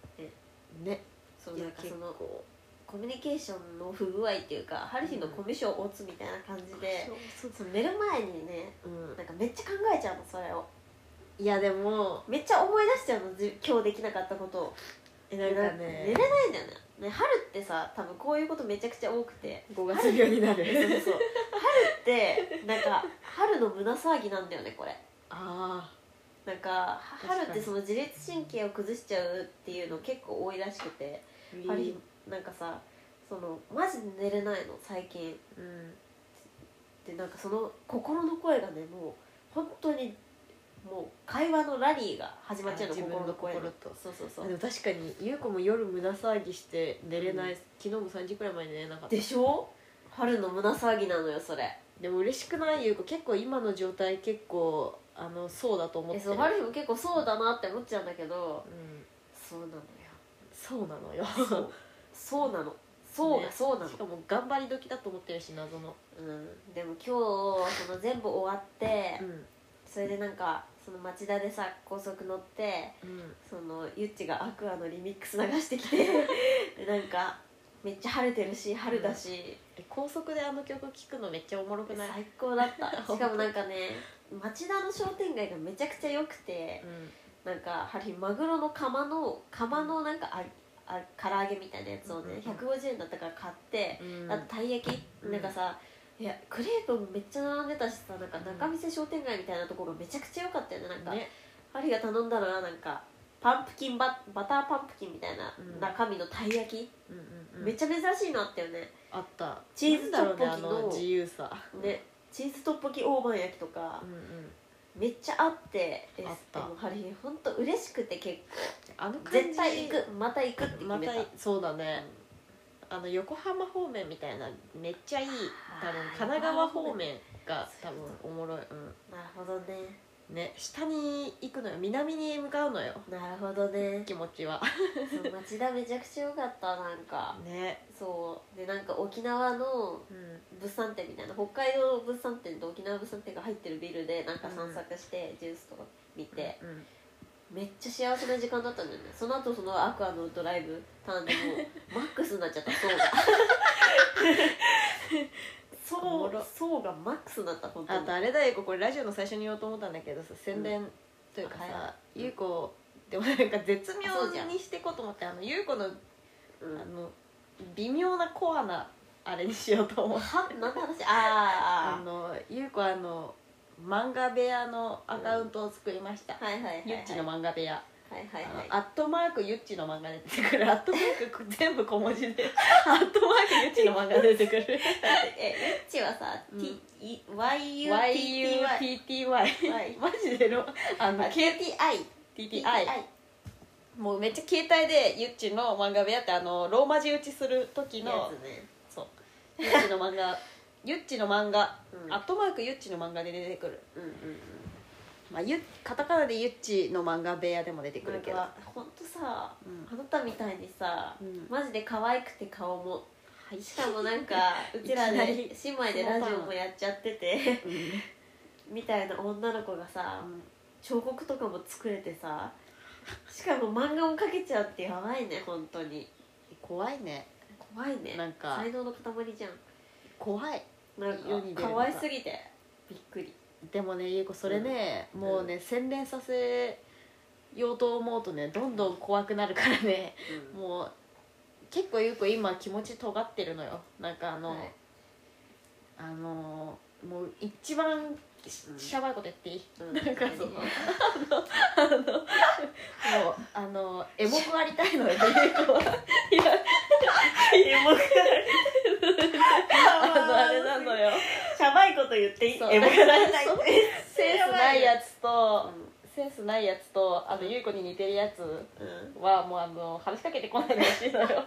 C: あね
B: うそうなんか
C: いや
B: その
C: 結構
B: コミュニケーションの不具合っていうか春日のコミュ障を持つみたいな感じで、
C: そうそ
B: そう寝る前にね
C: ううん
B: なんかめっちゃ考えちゃうのそれを
C: いやでも
B: めっちゃ思い出しちゃうのじ今日できなかったことを
C: え
B: で
C: なんか
B: 寝
C: ね
B: れないんだよねね春ってさ多分こういうことめちゃくちゃ多くて
C: 5月病になる
B: そうそう春ってなんか春の胸騒ぎなんだよねこれ
C: あ
B: なんか
C: 確かに
B: 春ってその自律神経を崩しちゃうっていうの結構多いらしくて、
C: あ
B: あれなんかさそのマジで寝れないの最近
C: うん
B: でなんかその心の声がねもう本当にもう会話のラリーが始まっちゃうの
C: あ自分
B: 心の
C: の
B: 声の
C: 心と
B: そうそうそ
C: でも
B: う
C: 確かに優子も夜胸騒ぎして寝れない、
B: うん
C: 昨日も3時くらいまで寝れなかった
B: でしょ春の胸騒ぎなのよそれ
C: でも嬉しくない優子結構今の状態結構あのそうだと思っ
B: え
C: てる
B: そう春日も結構そうだなって思っちゃうんだけど
C: うん、
B: そうなのよ
C: そうなのよ
B: そうそうなのそうが
C: ね
B: そうなの
C: し、かも頑張り時だと思ってるし謎の
B: うん、でも今日その全部終わって、
C: うん
B: それでなんかその町田でさ高速乗って
C: うん
B: そのゆっちが「アクアのリミックス流して きてでなんかめっちゃ晴れてるし春だし、
C: え高速であの曲聴くのめっちゃおもろくない、
B: 最高だった
C: 本当
B: しかもなんかね町田の商店街がめちゃくちゃ良くて
C: う
B: な
C: ん
B: んかはりマグロの釜の釜のなんかああ唐揚げみたいなやつを
C: うん
B: ね
C: うん
B: 150円だったから買って、
C: うん
B: あとたい焼き、
C: うん
B: なんかさいやクレープもめっちゃ並んでたしさなんか仲見世商店街みたいなところがめちゃくちゃ良かったよねなんか、
C: ね
B: ハリーが頼んだのはなんかパンプキンババターパンプキンみたいな
C: うん
B: 中身のたい焼き、
C: うんうんうん
B: めっちゃ珍しいのあったよね
C: あった
B: チーズトッポギの
C: なんだろうねあの自由さ
B: ねチーズトッポギ大判焼きとか
C: う、んうん
B: めっちゃあってで
C: あった
B: でも春日本当嬉しくて結
C: あの
B: 構
C: 感じ
B: 絶対行くまた行くって決
C: ま
B: めた、
C: たそうだね、あの横浜方面みたいなめっちゃいい多分
B: あー
C: 神奈川方面が多分おもろい、
B: なるほどね
C: うん、ね下に行くのよ南に向かうのよ
B: なるほどね
C: 気持ちは
B: そう町田めちゃくちゃ良かったなんか
C: ね
B: そうでなんか沖縄の
C: うん
B: 物産展みたいな北海道の物産展と沖縄物産展が入ってるビルでなんか散策してジュースとか見て、
C: うん
B: めっちゃ幸せな時間だったんだよねその後そのアクアのドライブターンでもうマックスになっちゃった 層
C: おも
B: が
C: ろ
B: 層層がマックスになった本当
C: あ
B: に
C: とあれだよこれラジオの最初に言おうと思ったんだけどさ宣伝というか
B: はいは
C: さ、ゆうこでもなんか絶
B: あそうじゃ
C: 妙
B: ん
C: にしてこうと思ってあのゆうこの
B: うん
C: あの微妙なコアなあれにしようと思って
B: は何の話あ
C: あ
B: ーあ
C: のゆうこあの漫画部屋のアカウントを作りました、
B: ーはいはいはいはい
C: ゆっちの漫画部屋、
B: はいはいはい
C: あのアットマークゆっちの漫画で出てくるアットマーク全部小文字 でアットマークゆっちの漫画で出てくる
B: えゆっちはさ、
C: うん
B: T E Y U T
C: YUTTY マジでのあの
B: T I
C: KTTI もうめっちゃ携帯でゆっちの漫画部屋ってあのローマ字打ちする時
B: のや
C: の
B: つね、
C: そうゆっちの漫画ゆっちの漫画、
B: うん
C: アットマークゆっちの漫画で出てくる
B: うんうんうん
C: まあ、ゆカタカナでゆっちの漫画部屋でも出てく
B: な
C: る
B: ん
C: けど
B: かほんとさ、
C: うん
B: あなたみたいにさ、
C: うん
B: マジで可愛くて顔も
C: はい
B: しかもなん かうちら
C: い
B: で
C: きなり
B: 姉妹でラジオもやっちゃってて
C: うん
B: みたいな女の子がさ、彫刻とかも作れてさしかも漫画も描けちゃうってやばいね本当に
C: 怖いね
B: 怖いね
C: なんか
B: 才能の塊じゃん
C: 怖い
B: なんか
C: 世に出る
B: 可
C: のが
B: 愛すぎてびっくり
C: でもねゆうこそれね、
B: ん
C: もうね洗練させようと思うとねどんどん怖くなるからね
B: うん
C: もう結構ゆうこ今気持ち尖ってるのよなんかあの、
B: はい
C: あのもう一番し
B: うん
C: しゃばいこと言っていい、
B: うん
C: なんかそ
B: いい
C: のも
B: ね
C: うあのエモくありたいのよゆうこはい や
B: エモく
C: あのあれなのよ
B: しゃばいこと言っていい
C: そう
B: エモくなりたい
C: そうセンスないやつとセンスないやつとあの
B: うん
C: 優子に似てるやつ
B: うんうん
C: はもうあの話しかけてこないでほしいのよ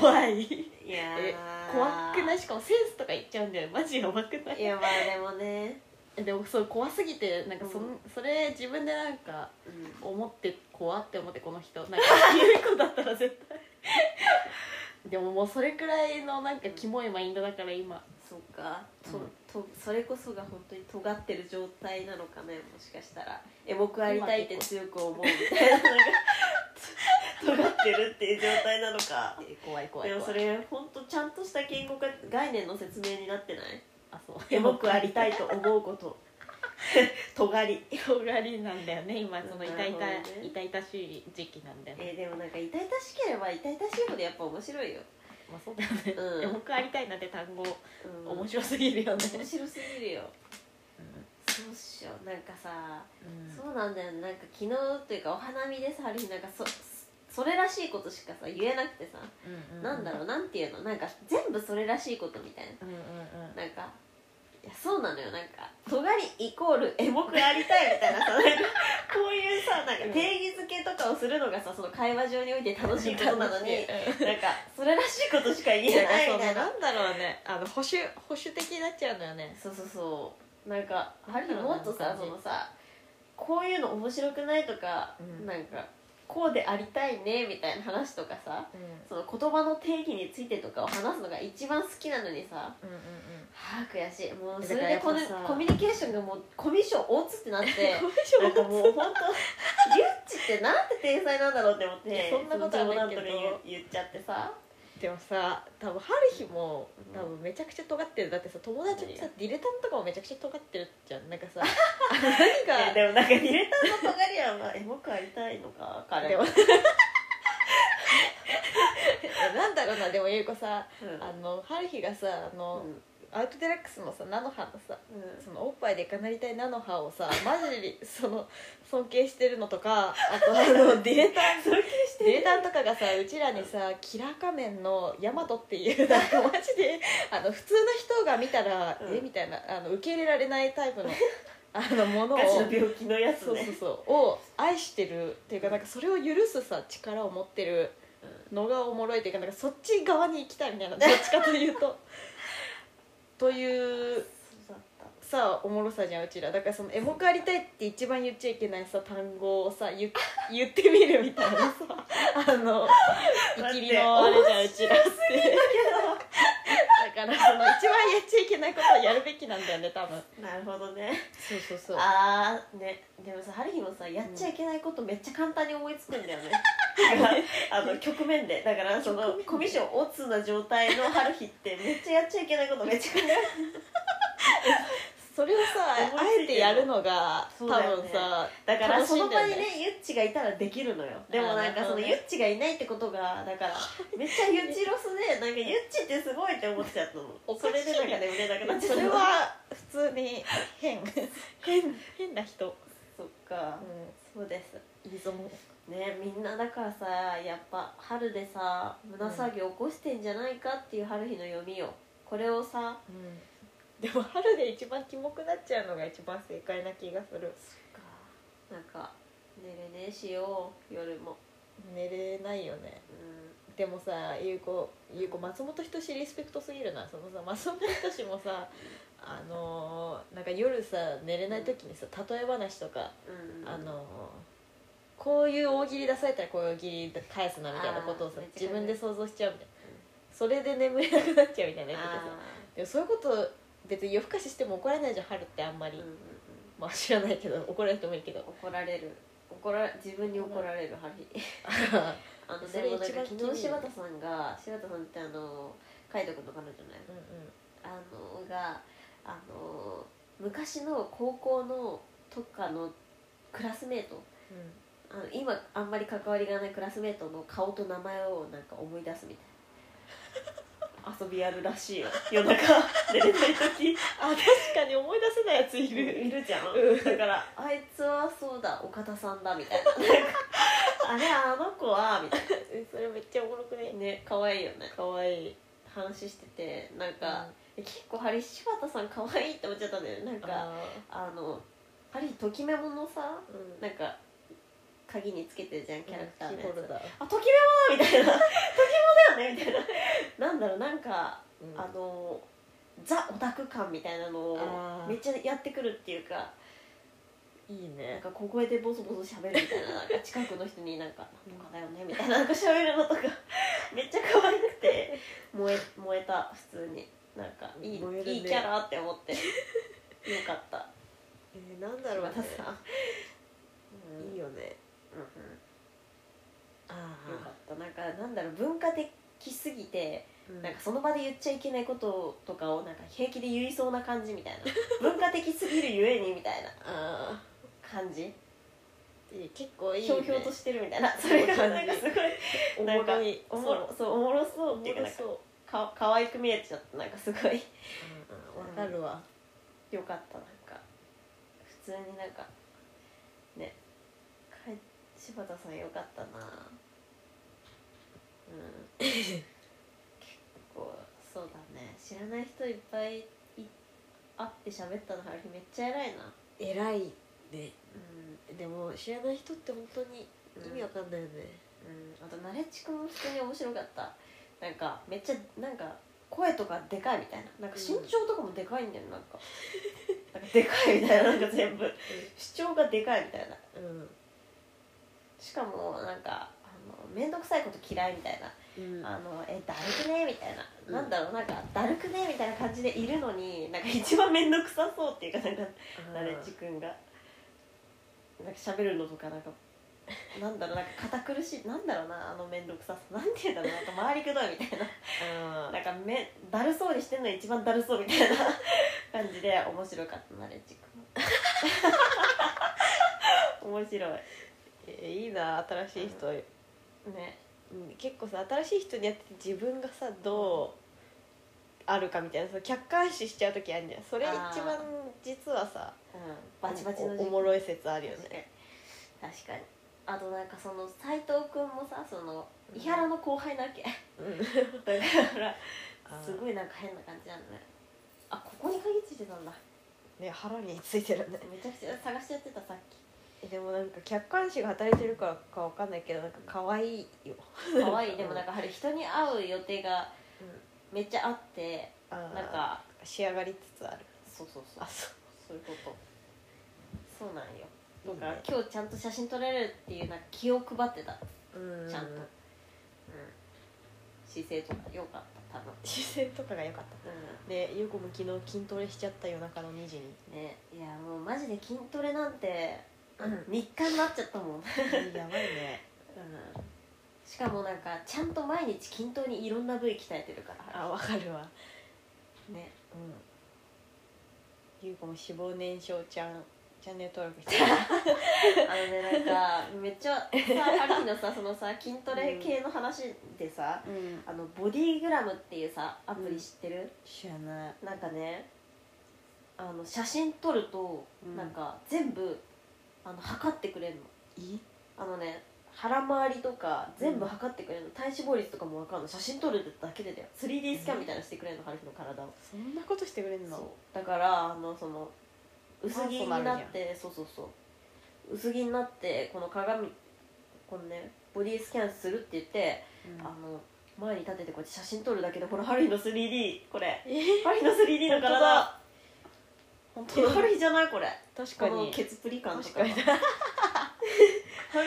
C: 怖い
B: いや
C: え
B: ー
C: 怖くないしかもセンスとか言っちゃうんだよマジやばくない
B: やまあでもね、
C: えでもそう怖すぎてなんかそ,、
B: うん
C: ん、それ自分でなんか
B: うん
C: 思って怖って思ってこの人なんか優子だったら絶対でももうそれくらいのなんかキモいマインドだから今
B: そうか、
C: うん
B: ととそれこそが本当に尖ってる状態なのかねもしかしたらエモくありたいって強く思うみたいなのが 尖ってるっていう状態なのか
C: え怖い怖い
B: でも
C: 怖
B: そ
C: い
B: れ本当ちゃんとした言語化概念の説明になってない
C: あそう
B: エモくありたいと思うこと 尖り
C: 広がりなんだよね今その痛々、
B: なるほどね
C: 痛々しい時期なんだよ
B: え
C: ね、
B: ーでもなんか痛々しければ痛々しいほどやっぱ面白いよ、
C: まあ、そうだよね、
B: うん
C: エモくありたいなんて単語、
B: うん
C: 面白すぎるよね、
B: 面白すぎるよそうっしょなんかさ
C: うん
B: そうなんだよねなんか昨日というかお花見でさある日なんかそそれらしいことしかさ言えなくてさ、
C: うん
B: なんだろうなんていうのなんか全部それらしいことみたい
C: うんうんうん
B: ななんかいやそうなのよなんか尖りイコールエモくありたいみ たいなさなんかこういうさなんか定義づけとかをするのがさその会話上において楽しいことなのになんかそれらしいことしか言
C: いや
B: えない
C: そ
B: み
C: う
B: た
C: ね
B: いな
C: なんだろうねあの保守保守的になっちゃうのよね
B: そうそうそうなんかあ
C: なんだ
B: る
C: ろう
B: もっと
C: な
B: さ
C: んか
B: そ
C: ね
B: のさこういうの面白くないとか、
C: うん
B: なんかこうでありたいねみたいな話とかさ
C: うん
B: その言葉の定義についてとかを話すのが一番好きなのにさ
C: うんうん
B: はあ悔しいもう
C: だ
B: そ
C: から
B: れでこの
C: やっぱさ
B: コミュニケーションがもうコミュ障大つって なって
C: うん
B: なんかもう本当リュッチってなんて天才なんだろうって思っ
C: いや
B: て
C: そんなことはないけ
B: 冗談とか
C: ど
B: 言う言っちゃってさ
C: でもさ多分春日も多分めちゃくちゃ尖ってるだってさ友達もさディレタンとかもめちゃくちゃ尖ってるじゃ んなんかさあの何が
B: えでもなんかディレクターの尖りはまあエモくありたいのか彼
C: でも
B: は
C: なんだろうなでもゆうこさ
B: うん
C: あの春日がさあの、
B: うん
C: アウトデラックスのさ菜の花のさ
B: うん
C: そのおっぱいでかなりたい菜の葉をさマジでその尊敬してるのとかあとあ のディレタン
B: 尊敬してる
C: ディレタンとかがさうちらにさ「キラー仮面のヤマト」っ ていうなんかマジであの普通の人が見たら、
B: うん
C: えみたいなあの受け入れられないタイ プのあのものを
B: ガチの病気のやつ
C: そうそ
B: ね
C: うそうを愛してるっていうかなんかそれを許すさ力を持ってるのがおもろいっていうかなんかそっち側に行きたいみたいなどっちかとい うと。という
B: そうだった
C: さおもろさじゃんうちらだからそのエモくありたいって一番言っちゃいけないさ単語をさ 言言ってみるみたいなさあの
B: 待って
C: イキリのあれじゃんうちらってだからその一番やっちゃいけないことをやるべきなんだよね多分
B: なるほどね
C: そうそうそ
B: ああねでもさ春日もさやっちゃいけないことめっちゃ簡単に思いつくんだ よね、あの局面でだからそのコミュ障オツな状態の春日ってめっちゃやっちゃいけないことめっちゃ考え
C: それをさあ
B: 思いつ
C: え
B: いて
C: て
B: る
C: やるのが
B: そ
C: 多
B: う
C: 分
B: だよね
C: さ
B: だから
C: 楽し
B: そ
C: い
B: の
C: んだ
B: 場
C: よ
B: に
C: ね
B: ねゆっちがいたらできるのよでもなんか
C: あーなる
B: そ
C: ほ
B: の
C: どね
B: ゆっちがいないってことがだからめっちゃゆっちロスでなんかゆっちってすごいって思っちゃった
C: お
B: の
C: か
B: そ
C: し
B: れ
C: い
B: でなんか眠れなくなっちゃ
C: そ
B: った
C: れは普通に変変変な人、
B: そっか
C: う
B: そうです
C: ん、依存
B: ねみんなだからさやっぱ春でさ胸騒ぎ起こしてんじゃないかっていう春日の読みよこれをさ
C: でも春で一番キモくなっちゃうのが一番正解な気がする
B: なんか寝れねえしよう夜も
C: 寝れないよね
B: う
C: でもさ優子優子松本人志リスペクトすぎるなそのさ松本人志も さあのーなんか夜さ寝れない時にさ例え話とか、
B: んうん
C: あのーこういう大喜利出されたらこういう大喜利返すなみたいなことをさ
B: あーめっちゃ考え
C: 自
B: る
C: 分で想像しちゃうみたいな
B: うん、
C: それで眠れなくなっちゃうみたいなやつでさ
B: あ
C: でもそういうこと別に夜更かししても怒られないじゃん春ってあんま
B: ー
C: り、
B: うんうんうん
C: まあ知らないけど怒られてもい いけど
B: 怒られる怒ら自分に怒られる春日あの
C: そ
B: で
C: れ
B: もなん
C: 一番
B: か
C: 厳
B: 昨日
C: しい
B: 柴田さんが柴田さんってあの海斗君の彼女のや
C: うんうん
B: あのがあの昔の高校のとかのクラスメート
C: うん
B: あの今あんまり関わりがないクラスメートの顔と名前をなんか思い出すみたいな 遊びやるらしいよ夜中寝れない時
C: あ確かに思い出せないやつい
B: いる
C: る
B: いるじゃん、
C: うん
B: だからあいつはそうだ岡田さんだみたいななんかあれあの子はみたい
C: それめっちゃおもろく ね
B: なね可愛いよね
C: かわいい
B: 話しててなん
C: が
B: か、結構ハリ柴田さん可愛いって思っちゃったんだよねなんか
C: が
B: あのあれときめものさ
C: うん
B: なんか鍵につけてるじゃんキャラクターのや
C: キーホル
B: つ、
C: ダー
B: あときめものみたいなときめもだよねみたいななんだろうなんか、
C: うん
B: あのザオタク感みたいなのを
C: あー
B: めっちゃやってくるっていうか
C: いい
B: なん
C: ね
B: か小声でボソボソ喋るみたいななんか近くの人になんか「なんとかだよね」みたいななんか喋るのとかめっちゃ可愛くて燃え燃えた普通になんかいい,、
C: 燃えるね
B: いいキャラって思ってよかった
C: えーなんだ
B: 柴
C: ろう
B: 田
C: ね
B: さん、うん
C: いいよね
B: うん
C: あ
B: うん、よかったなんかなんだろう文化的すぎて
C: うん
B: なんかその場で言っちゃいけないこととかをなんか平気で言いそうな感じみたい な文化的すぎるゆえにみたいな
C: あ
B: 感じ
C: ーいい結構いい
B: ひ
C: ね
B: ょうひょうとしてるみたいなそれが
C: そう
B: なんかすご
C: お
B: い
C: も
B: なんか
C: ろい
B: おもろそうおもろそ
C: そうう
B: っていうか
C: おも
B: な
C: ろ
B: んか
C: そ
B: か可愛く見えちゃったなんかすごいう
C: うんうんわかるわ
B: よかったなんか普通になんかねかい柴田さんよかったなうん 結構そうだね知らない人いっぱいい会って喋ったのあれめっちゃ偉いな
C: 偉いね
B: うん、
C: でも知らない人って本当に意味わかんないよね
B: うん、あとナレッジ君も普通に面白かったなんかめっちゃなんか声とかでかいみたいななんか身長とかもでかいんだよなんかなんかでかいみたいななんか全部主張がでかいみたいな
C: うん
B: しかもなんかあの面倒くさいこと嫌いみたいな
C: うん
B: あのえだるくねみたいな、
C: うん
B: なんだろうなんかだるくねみたいな感じでいるのになんか一番面倒くさそうっていうかなんかナレッジ君がなんか喋るのとかなんかなんだろうなんか堅苦しいなんだろうなあの面倒くささなんていうんだろうなんか周りくどいみたいな
C: あ
B: なんかめだるそうにしてるのが一番だるそうみたいな感じで面白かったナレッジ 君面白い
C: ーえいいな新しい人
B: ね
C: うん結構さ新しい人にやってて自分がさどうあるかみたいなその客観視しちゃう時あるじゃんそれ一番
B: あー
C: 実はさ
B: バチバチの
C: おおもろい説あるよね
B: 確かにあとなんかその斎藤君もさその
C: うん
B: 伊原の後輩なわけ だからす
C: い
B: ごいなんか変な感じなんだねあここに鍵ついてたんだ
C: ね腹についてるね
B: めちゃくちゃ探しちゃってたさっき
C: でもなんか客観視が働いてるからかわかんないけどなんか可愛いよ、
B: 可 愛いでもなんかあれ人に会う予定がめっちゃあって
C: あー
B: なんか
C: 仕上がりつつある
B: そうそうそう
C: あそう
B: そういうことそうなんよ
C: いい
B: だから
C: ね
B: 今日ちゃんと写真撮れるっていうなんか気を配ってた
C: うん
B: ちゃんと、うん、姿勢とか良かった多分
C: 姿勢とかが良かっ
B: う
C: たで優子も昨日筋トレしちゃった夜中の2時に
B: んねいやもうマジで筋トレなんて
C: うん
B: 日課になっちゃったもん、うん、
C: やばいね
B: しかもなんかちゃんと毎日均等にいろんな部位鍛えてるから
C: あわかるわ
B: ね
C: うん優子も脂肪燃焼ちゃんチャンネル登録してる
B: あのねなんかめっちゃさ秋のさそのさ筋トレ系の話でさ、
C: うん
B: あのボディグラムっていうさアプリ知ってる、
C: 知らない
B: なんかねあの写真撮ると、
C: うん
B: なんか全部あの測ってくれるの
C: い
B: あのね腹回りとか全部測ってくれるの、体脂肪率とかも分かるの写真撮るだけでだよ 3D スキャンみたいなのしてくれるの春日の体を
C: そんなことしてくれんの
B: そうだからあのその薄着に
C: パーソナ
B: な
C: ル
B: ってそうそうそう薄着になってこの鏡このねボディスキャンするって言って、
C: うん
B: あの前に立ててこうやって写真撮るだけでほらハリーの 3D これ
C: え
B: ハリーの 3D の体
C: 本
B: え
C: 当
B: ハ
C: だ
B: リーじゃないこれ
C: 確か
B: この
C: に
B: ケツプリ感と
C: 確
B: か
C: かに
B: ハ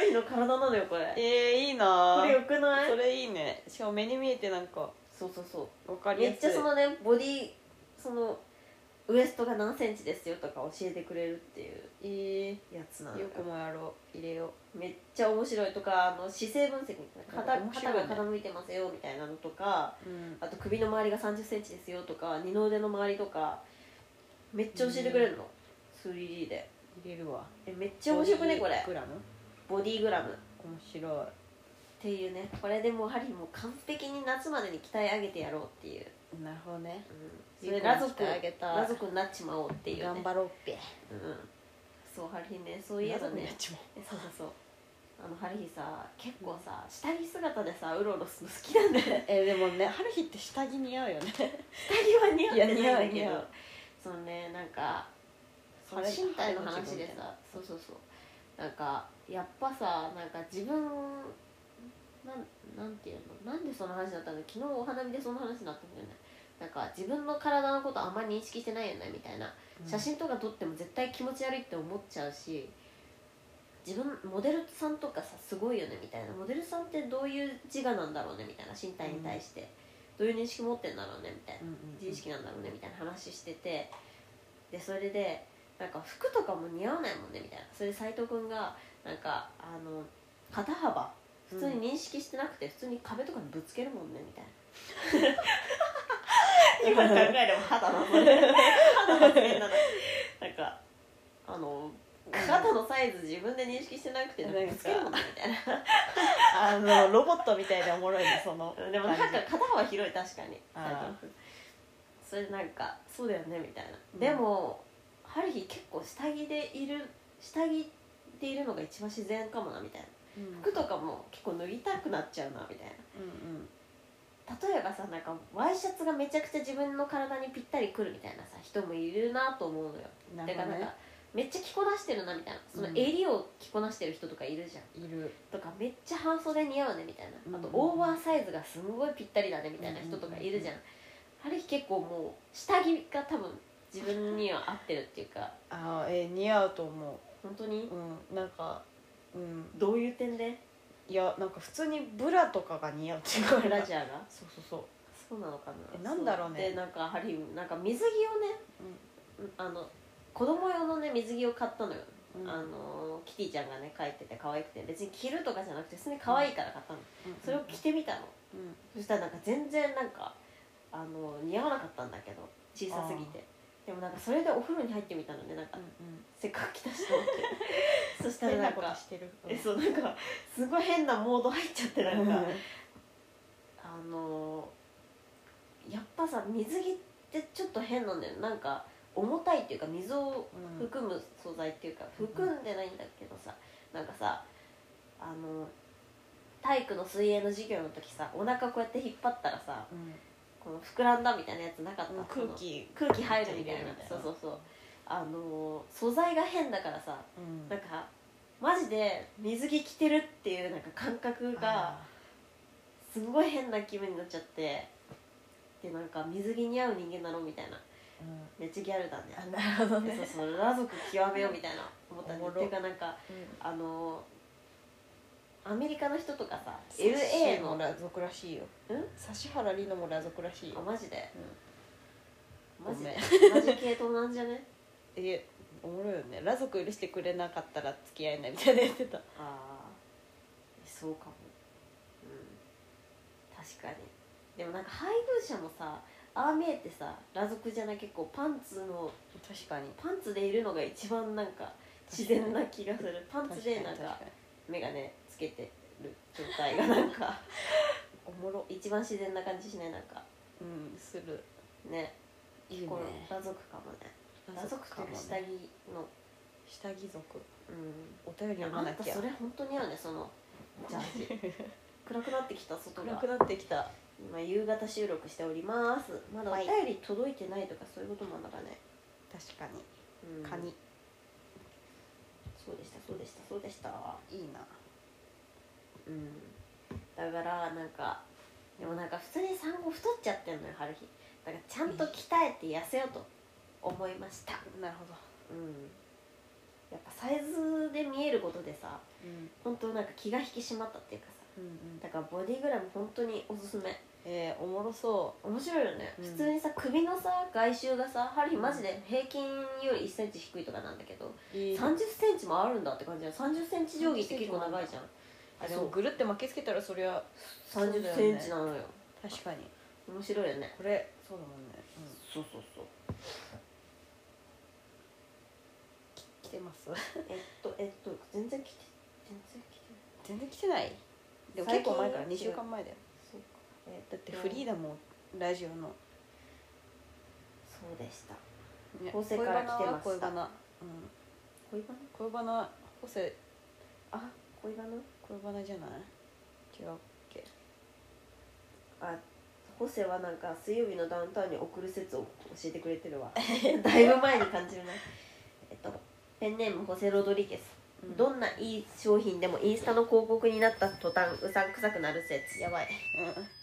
B: リーの体なのよこれ
C: えー、いいな
B: こ
C: あ
B: れよくない
C: それいいねしかも目に見えてなんか
B: そうそうそう
C: 分かり
B: め
C: や
B: っ
C: す
B: ち
C: い
B: ゃそのねボディそのウエストが何センチですよとか教えてくれるっていう
C: え
B: やつな
C: ー、
B: の
C: よ
B: よ
C: くもやろう入れよ
B: めっちゃ面白いとかあの姿勢分析みたいな
C: 面
B: 肩
C: 白い
B: 肩
C: ね
B: が傾いてますよみたいなのとか
C: う、うん、
B: あと首の周りが3 0ンチですよとか二の腕の周りとかめっちゃ教えてくれるの 3D で
C: 入れるわ
B: えめっちゃ面白くねこれ
C: グラム
B: ボディグラムっ
C: 面白
B: ていうねこれでもう針もう完璧に夏までに鍛え上げてやろうっていう、
C: いなるほどね
B: それ裸族
C: いい子にしてあげたい
B: 裸族になっちまおうっていう、ね、
C: 頑張ろうっぺ
B: うん、そうハリヒねそういえば
C: 謎に
B: ね
C: なっちま
B: えそうそうそうあのハリヒさ結構さ下着姿でさうろうろするの好きなんだよ
C: うえでもね春日って下着似合うよね
B: 下着は似合って
C: いや
B: ないんだ
C: 似
B: け
C: 合う似合
B: ど
C: う
B: そのねなんかその
C: 晴れ
B: 身体の
C: 晴れの
B: 話
C: 自分み
B: で
C: たい
B: さそうそうそうなんかやっぱさなんか自分なんなんていうのなんでその話だったの昨日お花見でその話になったんだよねなんか自分の体のことあんまり認識してないよねみたいな写真とか撮っても絶対気持ち悪いって思っちゃうし自分モデルさんとかさすごいよねみたいなモデルさんってどういう自我なんだろうねみたいな身体に対して、どういう認識持ってんだろうねみたいな
C: うんうんうん
B: 自意識なんだろうねみたいな話しててでそれでなんか服とかも似合わないもんねみたいなそれで斎藤君がなんかあの肩幅普通に認識してなくて、普通に壁とかにぶつけるもんねみたいな 今考えれば肌のそれ肌のせいなのなんかあの肩のサイズ自分で認識してなくてぶつけるもんねみたいな
C: あのロボットみたいでおもろいねその
B: でもなんか
C: 感じ
B: 肩幅広い確かに
C: あ
B: それでなんかそうだよねみたいな、
C: うん
B: でも春日結構下着でいる下着でいるのが一番自然かもなみたいな
C: うんうん
B: 服とかも結構脱ぎたくなっちゃうなみたいな
C: うん
B: 例えばさなんかワイシャツがめちゃくちゃ自分の体にぴったりくるみたいなさ人もいるなと思うのよ
C: な
B: だ
C: る
B: か
C: ほ
B: らなん
C: どね
B: かめっちゃ着こなしてるなみたいなその
C: うん
B: 襟を着こなしてる人とかいるじゃん、
C: いる
B: とかめっちゃ半袖似合うねみたいなあと
C: うん
B: オーバーサイズがすんごいぴったりだねみたいな人とかいるじゃんある日結構もう下着が多分自分には合ってるっていうか
C: あーえー似合うと思
B: 本当に
C: ううんなんかうん
B: どういう点で
C: いやなんか普通にブラとかが似合うっていうか
B: ブラジャーが
C: そうそうそ
B: そうなのかな
C: えなんだろうね
B: でなんかハリーなんか水着をね、あの子供用のね水着を買ったのよ、
C: う、うん
B: あのキティちゃんがね帰ってて可愛くて別に着るとかじゃなくて普通に可愛いから買ったの、
C: うんうん
B: それを着てみたの
C: うん
B: そしたらなんか全然なんかあの似合わなかったんだけど小さすぎてでもなんかそれでお風呂に入ってみたのねなんか、
C: う
B: せっかく来たしと思って そしたら
C: 変
B: な
C: なんこ
B: か
C: としてる
B: えそうなんかすごい変なモード入っちゃってなんかあのやっぱさ水着ってちょっと変なんだよなんか重たいっていうか水を
C: うん
B: 含む素材っていうか含んでないんだけどさなんかさあの体育の水泳の授業の時さお腹こうやって引っ張ったらさこの膨らんだみたいなやつなかった、
C: うん空気
B: その空気入るみたいな
C: みたいな
B: そうそうそうあの素材が変だからさ
C: うん
B: なんかマジで水着着てるっていうなんか感覚が
C: あ
B: すごい変な気分になっちゃってでなんか水着に合う人間なのみたいな
C: ーうん
B: めっちゃギャルだね
C: あなるほ
B: そ
C: ど
B: う
C: ね
B: そうそう裸族極めようみたいな思ったん
C: お
B: で
C: も
B: っ
C: ろ
B: ていうかなんかあのアメリカの人とかさ
C: LA
B: LA
C: の
B: の
C: ラ族らしいよ
B: うん
C: 指原莉乃もラ族らしい
B: あ
C: よ
B: マジで、マジで
C: ご
B: 同じ系統なんじゃ ね
C: えおもろいよねラ族許してくれなかったら付き合えないみたいな言ってた
B: ああそうかもうん確かにでもなんか配偶者もさああ見えてさ裸族じゃない結構パンツの
C: 確かに
B: パンツでいるのが一番なんか自然な気がす るパンツでなんか眼鏡つけてる状態がなんか
C: おもろ
B: 一番自然な感じしないなんか
C: うんする
B: ね
C: いいね
B: この裸族かもね裸族っていうか下着の
C: 下着族
B: うん
C: お便り読
B: あ
C: ま
B: ん
C: な
B: た
C: きゃ
B: それ本当に合うねそのジャージ 暗くなってきた外
C: 暗
B: が
C: くなってきた
B: 今夕方収録しておりますまだお便り届いてないとかそういうこともあんのかね、
C: 確かに
B: うん
C: カニ
B: そうでしたそうでしたそうでした
C: いいな
B: うんだからなんかでもなんか普通に産後太っちゃってんのよ春日だからちゃんと鍛えて痩せようと思いました
C: なるほど
B: うんやっぱサイズで見えることでさ
C: うん
B: 本当なんか気が引き締まったっていうかさ
C: うんうん
B: だからボディグラム本当におすすめ
C: えーおもろそ
B: 面白いよね、
C: うん
B: 普通にさ首のさ外周がさ春日
C: うん
B: マジで平均より1センチ低いとかなんだけど
C: ういい
B: 3 0ンチもあるんだって感じだよ3 0ンチ定規って結構長いじゃん
C: あで
B: そ
C: も
B: う
C: ぐるって巻きつけたらそりゃ
B: 3
C: そうだよ
B: 0
C: ね
B: ンチなのよ
C: 確かに
B: 面白いよね
C: これそうだもんね、うん、
B: そうそうそう
C: 来てます
B: えっとえっと全然来て全然来てない
C: 全然来てないでも
B: 最
C: 結
B: 近
C: 構前から
B: 違う
C: 2週間前だよ
B: そうかえっと
C: だってフリーだもんラジオの、
B: そうでした
C: ね
B: 構成から来てました
C: 恋バナ
B: 恋バナ
C: 恋バナうん恋バナ構成
B: あ恋バナ
C: 恋バナじゃない違うっけ
B: あホセはなんか水曜日のダウンタウンに送る説を教えてくれてるわ だいぶ前に感じるなえっとペンネームホセロドリゲス
C: ど
B: どんないい商品でもインスタの広告になった途端うさんくさくなる説やばいっ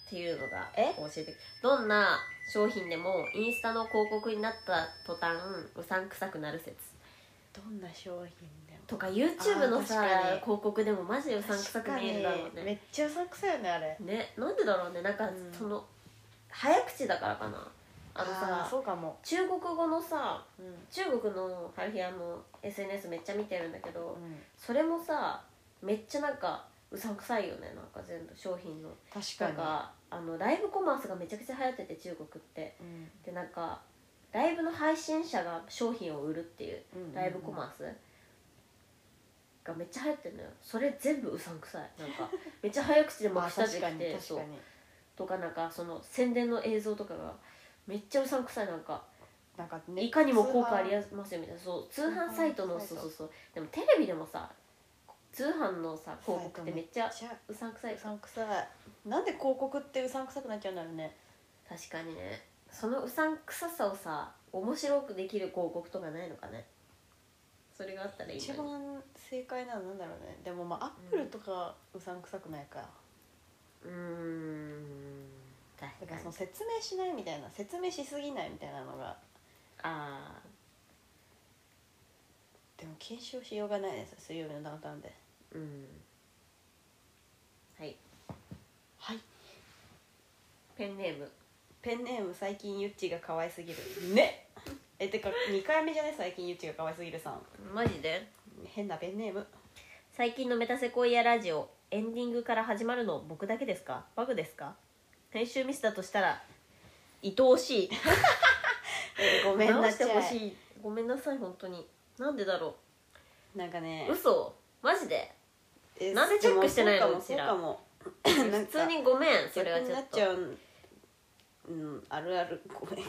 B: ていうのが
C: え
B: 教えてどんな商品でもインスタの広告になった途端うさんくさくなる説
C: どんな商品でも
B: とか YouTube のさ
C: あー確かに
B: 広告でもマジでうさんくさく見えるだろ
C: 確
B: う
C: かにめ
B: ね
C: っちゃうさんくさいよねあれ
B: ねなんでだろうねなんか
C: うん
B: その、早口だからかなあの
C: あー
B: さ
C: そうかも
B: 中国語のさ
C: うん、うん
B: 中国のハルヒアの SNS めっちゃ見てるんだけど、それもさめっちゃなんかうさんくさいよねなんか全部商品の
C: 確か
B: な
C: に
B: んかあのライブコマースがめちゃくちゃ流行ってて中国って
C: うん
B: でなんかライブの配信者が商品を売るっていう
C: うんうんうん
B: ライブコマースがめっちゃ流行ってるのよそれ全部うさんくさいなんかめっちゃ早口で
C: まあ
B: まきたて
C: 確か
B: き
C: に
B: て
C: 確
B: そう
C: かに
B: とかなんかその宣伝の映像とかがめっちゃうさんくさいなんか
C: なんかね
B: いかにも効果ありますよみたいなそう通販サイトのそ
C: 通販サイ
B: う
C: ト
B: そうそうでもテレビでもさ通販のさ広告ってめっちゃ
C: 通販めっち
B: うさんくさ
C: ゃ
B: いう
C: さんくさいなんで広告ってうさんくさくなっちゃうんだろうね
B: 確かにねそのうさんくささをさ面白くできる広告とかないのかねそれがあったらいい
C: 一
B: のに
C: 番正解なのなんだろうねでもまあアップルとかうさんくさくないか、
B: うーん
C: だ
B: 確
C: か
B: から
C: その
B: に
C: 説明しないみたいな説明しすぎないみたいなのが
B: あ
C: でも検証しようがないです水曜日のダウンタウンで
B: ーうんはい
C: はい
B: ペンネーム
C: ペンネーム最近ゆっちが可愛すぎるね えてか2回目じゃね最近ゆっちが可愛すぎるさん
B: マジで
C: 変なペンネーム
B: 最近のメタセコイアラジオエンディングから始まるの僕だけですかバグですか編集ミスだとしたら愛おしい
C: えーごめん
B: 直
C: な
B: し
C: さ
B: て
C: い
B: ほしいごめんなさい本当になんでだろ
C: なんかね
B: う嘘マジで
C: えー
B: なんでチェックしてないの
C: そうかも
B: うち
C: そう
B: ら
C: かも
B: 普通にごめんそ
C: そ
B: れ
C: れ
B: は
C: は
B: ち
C: ち
B: ょ
C: ょ
B: っ
C: っ
B: と
C: と逆になっちゃううんあるあるごめん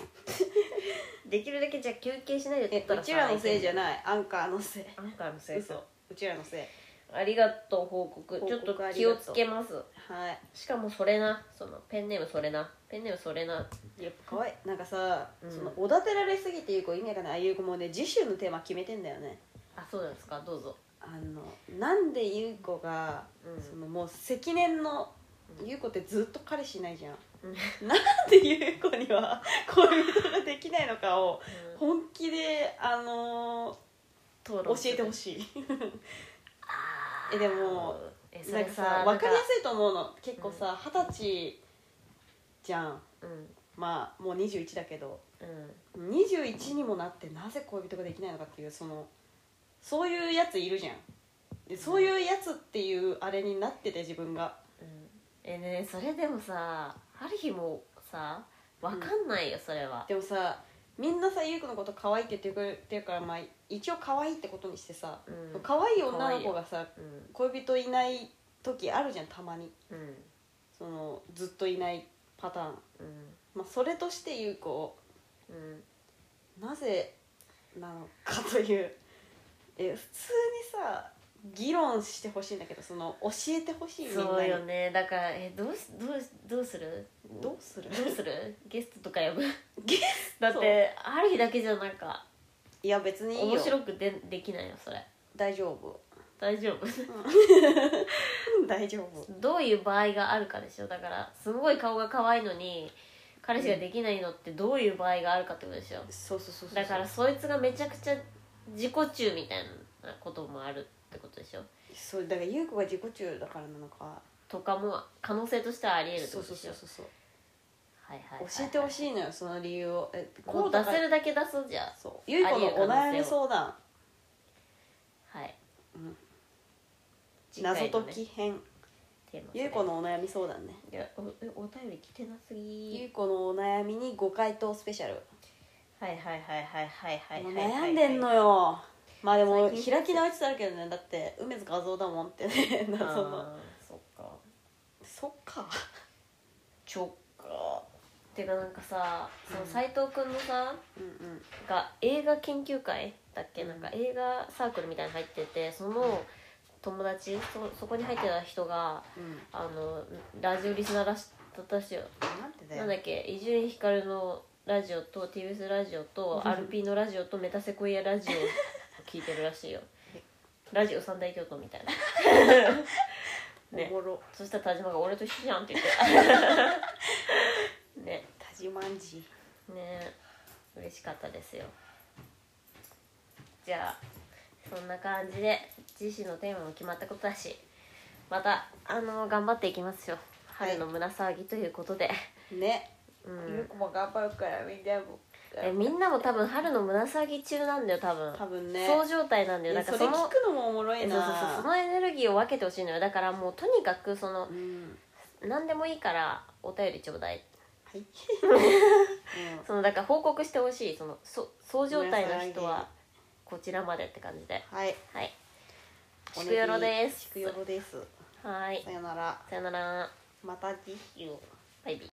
B: できるだけじゃあ休憩しないで撮ったら
C: うちらのせいじゃ
B: い
C: ないアンカーのせい
B: アンカーのせい
C: 嘘うちらのせい
B: ありがとう報告
C: 報告
B: ちょっと気をつけます
C: はい
B: しかもそれなそのペンネームそれなペンネームそれな
C: やっぱ可愛いなんかさ、
B: うん
C: そのおだてられすぎていう子意味がないああいう子もね次週のテーマ決めてんだよね
B: あそうなんですかどうぞ
C: あのなんで優子が、
B: うん
C: そのもう積年の
B: うん
C: 優子ってずっと彼氏いないじゃん、
B: うん
C: なんで優子には 恋人ができないのかを本気であの
B: 討
C: 教
B: 論す
C: え
B: る
C: てほ しい
B: あー
C: えでも
B: え
C: なんかさ分かりやすいと思うの結構さ二十歳じゃん
B: うん
C: まあもう21だけど
B: うん
C: 21にもなってなぜ恋人ができないのかっていうそのそういうやついるじゃんでそういうやつっていうあれになってて自分が
B: うんえねそれでもさある日もさわかんないよそれは、
C: でもさみんなさ優子のこと可愛いって言ってくれてるからまあ一応可愛いってことにしてさ、
B: うん
C: 可愛い女の子がさ
B: うん
C: 恋人いない時あるじゃんたまに
B: うん
C: そのずっといないパターン、
B: うん
C: まあ、それとして優子を
B: うん
C: なぜなのかという え普通にさ議論してほしいんだけどその教えてほしいみんなに
B: そうよねだからえどうしどうしどうする
C: どうする
B: どうするゲストとか呼ぶ
C: ゲス
B: だってある日だけじゃなんか
C: いや別にいいよ
B: 面白くでできないよそれ
C: 大 丈夫
B: 大丈夫
C: 大丈夫
B: どういう場合があるかでしょだからすごい顔が可愛いのに彼氏ができないのってどういう場合があるかってことでしょ
C: そうそうそうそう
B: だからそいつがめちゃくちゃ自己中みたいなこともあるってことでしょ
C: そうだから優子が自己中だからなのか
B: とかも可能性としてはあり得るって
C: そ
B: こ
C: う
B: と
C: そう
B: でし
C: そ
B: ょ
C: うそうそう
B: はいはいはいはい
C: 教えてほしいのよその理由をえ
B: もう
C: だ
B: 出
C: か
B: せ
C: ら
B: るだけ出そうじゃあ
C: そう優子のお悩み相談
B: はい、
C: うん
B: 次回の
C: 謎
B: ね
C: 解き編
B: テーマそれ
C: 優子のお悩み相談ね
B: いやおえお便り来てなすぎ
C: 優子のお悩みにご回答スペシャル
B: はいはいはいはいはいはいはいはい
C: 悩んでんのよまあでも
B: 最近
C: 開き直ってたけどねだって梅津和夫だもんっ てね
B: あー
C: 謎の
B: そっか
C: そっか
B: ちょっかてかなんかさその斎藤君のさ
C: うんうん
B: が映画研究会だっけ、
C: うん
B: なんか映画サークルみたいに入っててその友達そそこに入ってた人が
C: うん
B: あのラジオリスナーらしだったらしいよ
C: なんて
B: な
C: だよ
B: んだっけ伊集院光のラジオと TBS ラジオと RP のラジオとメタセコイアラ ジオを聞いてるらしいよラジオ三大巨頭みたい なね
C: おもろ
B: そしたら田島が「俺と一緒じゃん」って言って ね
C: 田島んじ
B: ね嬉しかったですよじゃあそんな感じで次週のテーマも決まったことだしまたあの頑張っていきますよ
C: い
B: 春の胸騒ぎということで、
C: ね
B: う
C: 優
B: ん、
C: 子も頑張るからみんなも
B: えみんなも多分春の胸騒ぎ中なんだよ多分
C: 多分ね
B: そう状態なんだよだ
C: え
B: か
C: そ
B: ら
C: れ
B: その
C: 聞くのもおもろい
B: え
C: な
B: そうそうそうそのエネルギーを分けてほしいのよだからもうとにかくその
C: うん
B: 何でもいいからお便りちょうだい
C: はい うん
B: そのだから報告してほしいそのそそう状態の人はこちらまでって感じで
C: はい
B: はいしくよろです
C: しくよろです
B: はい
C: さよなら
B: さよなら
C: また次週
B: バイビー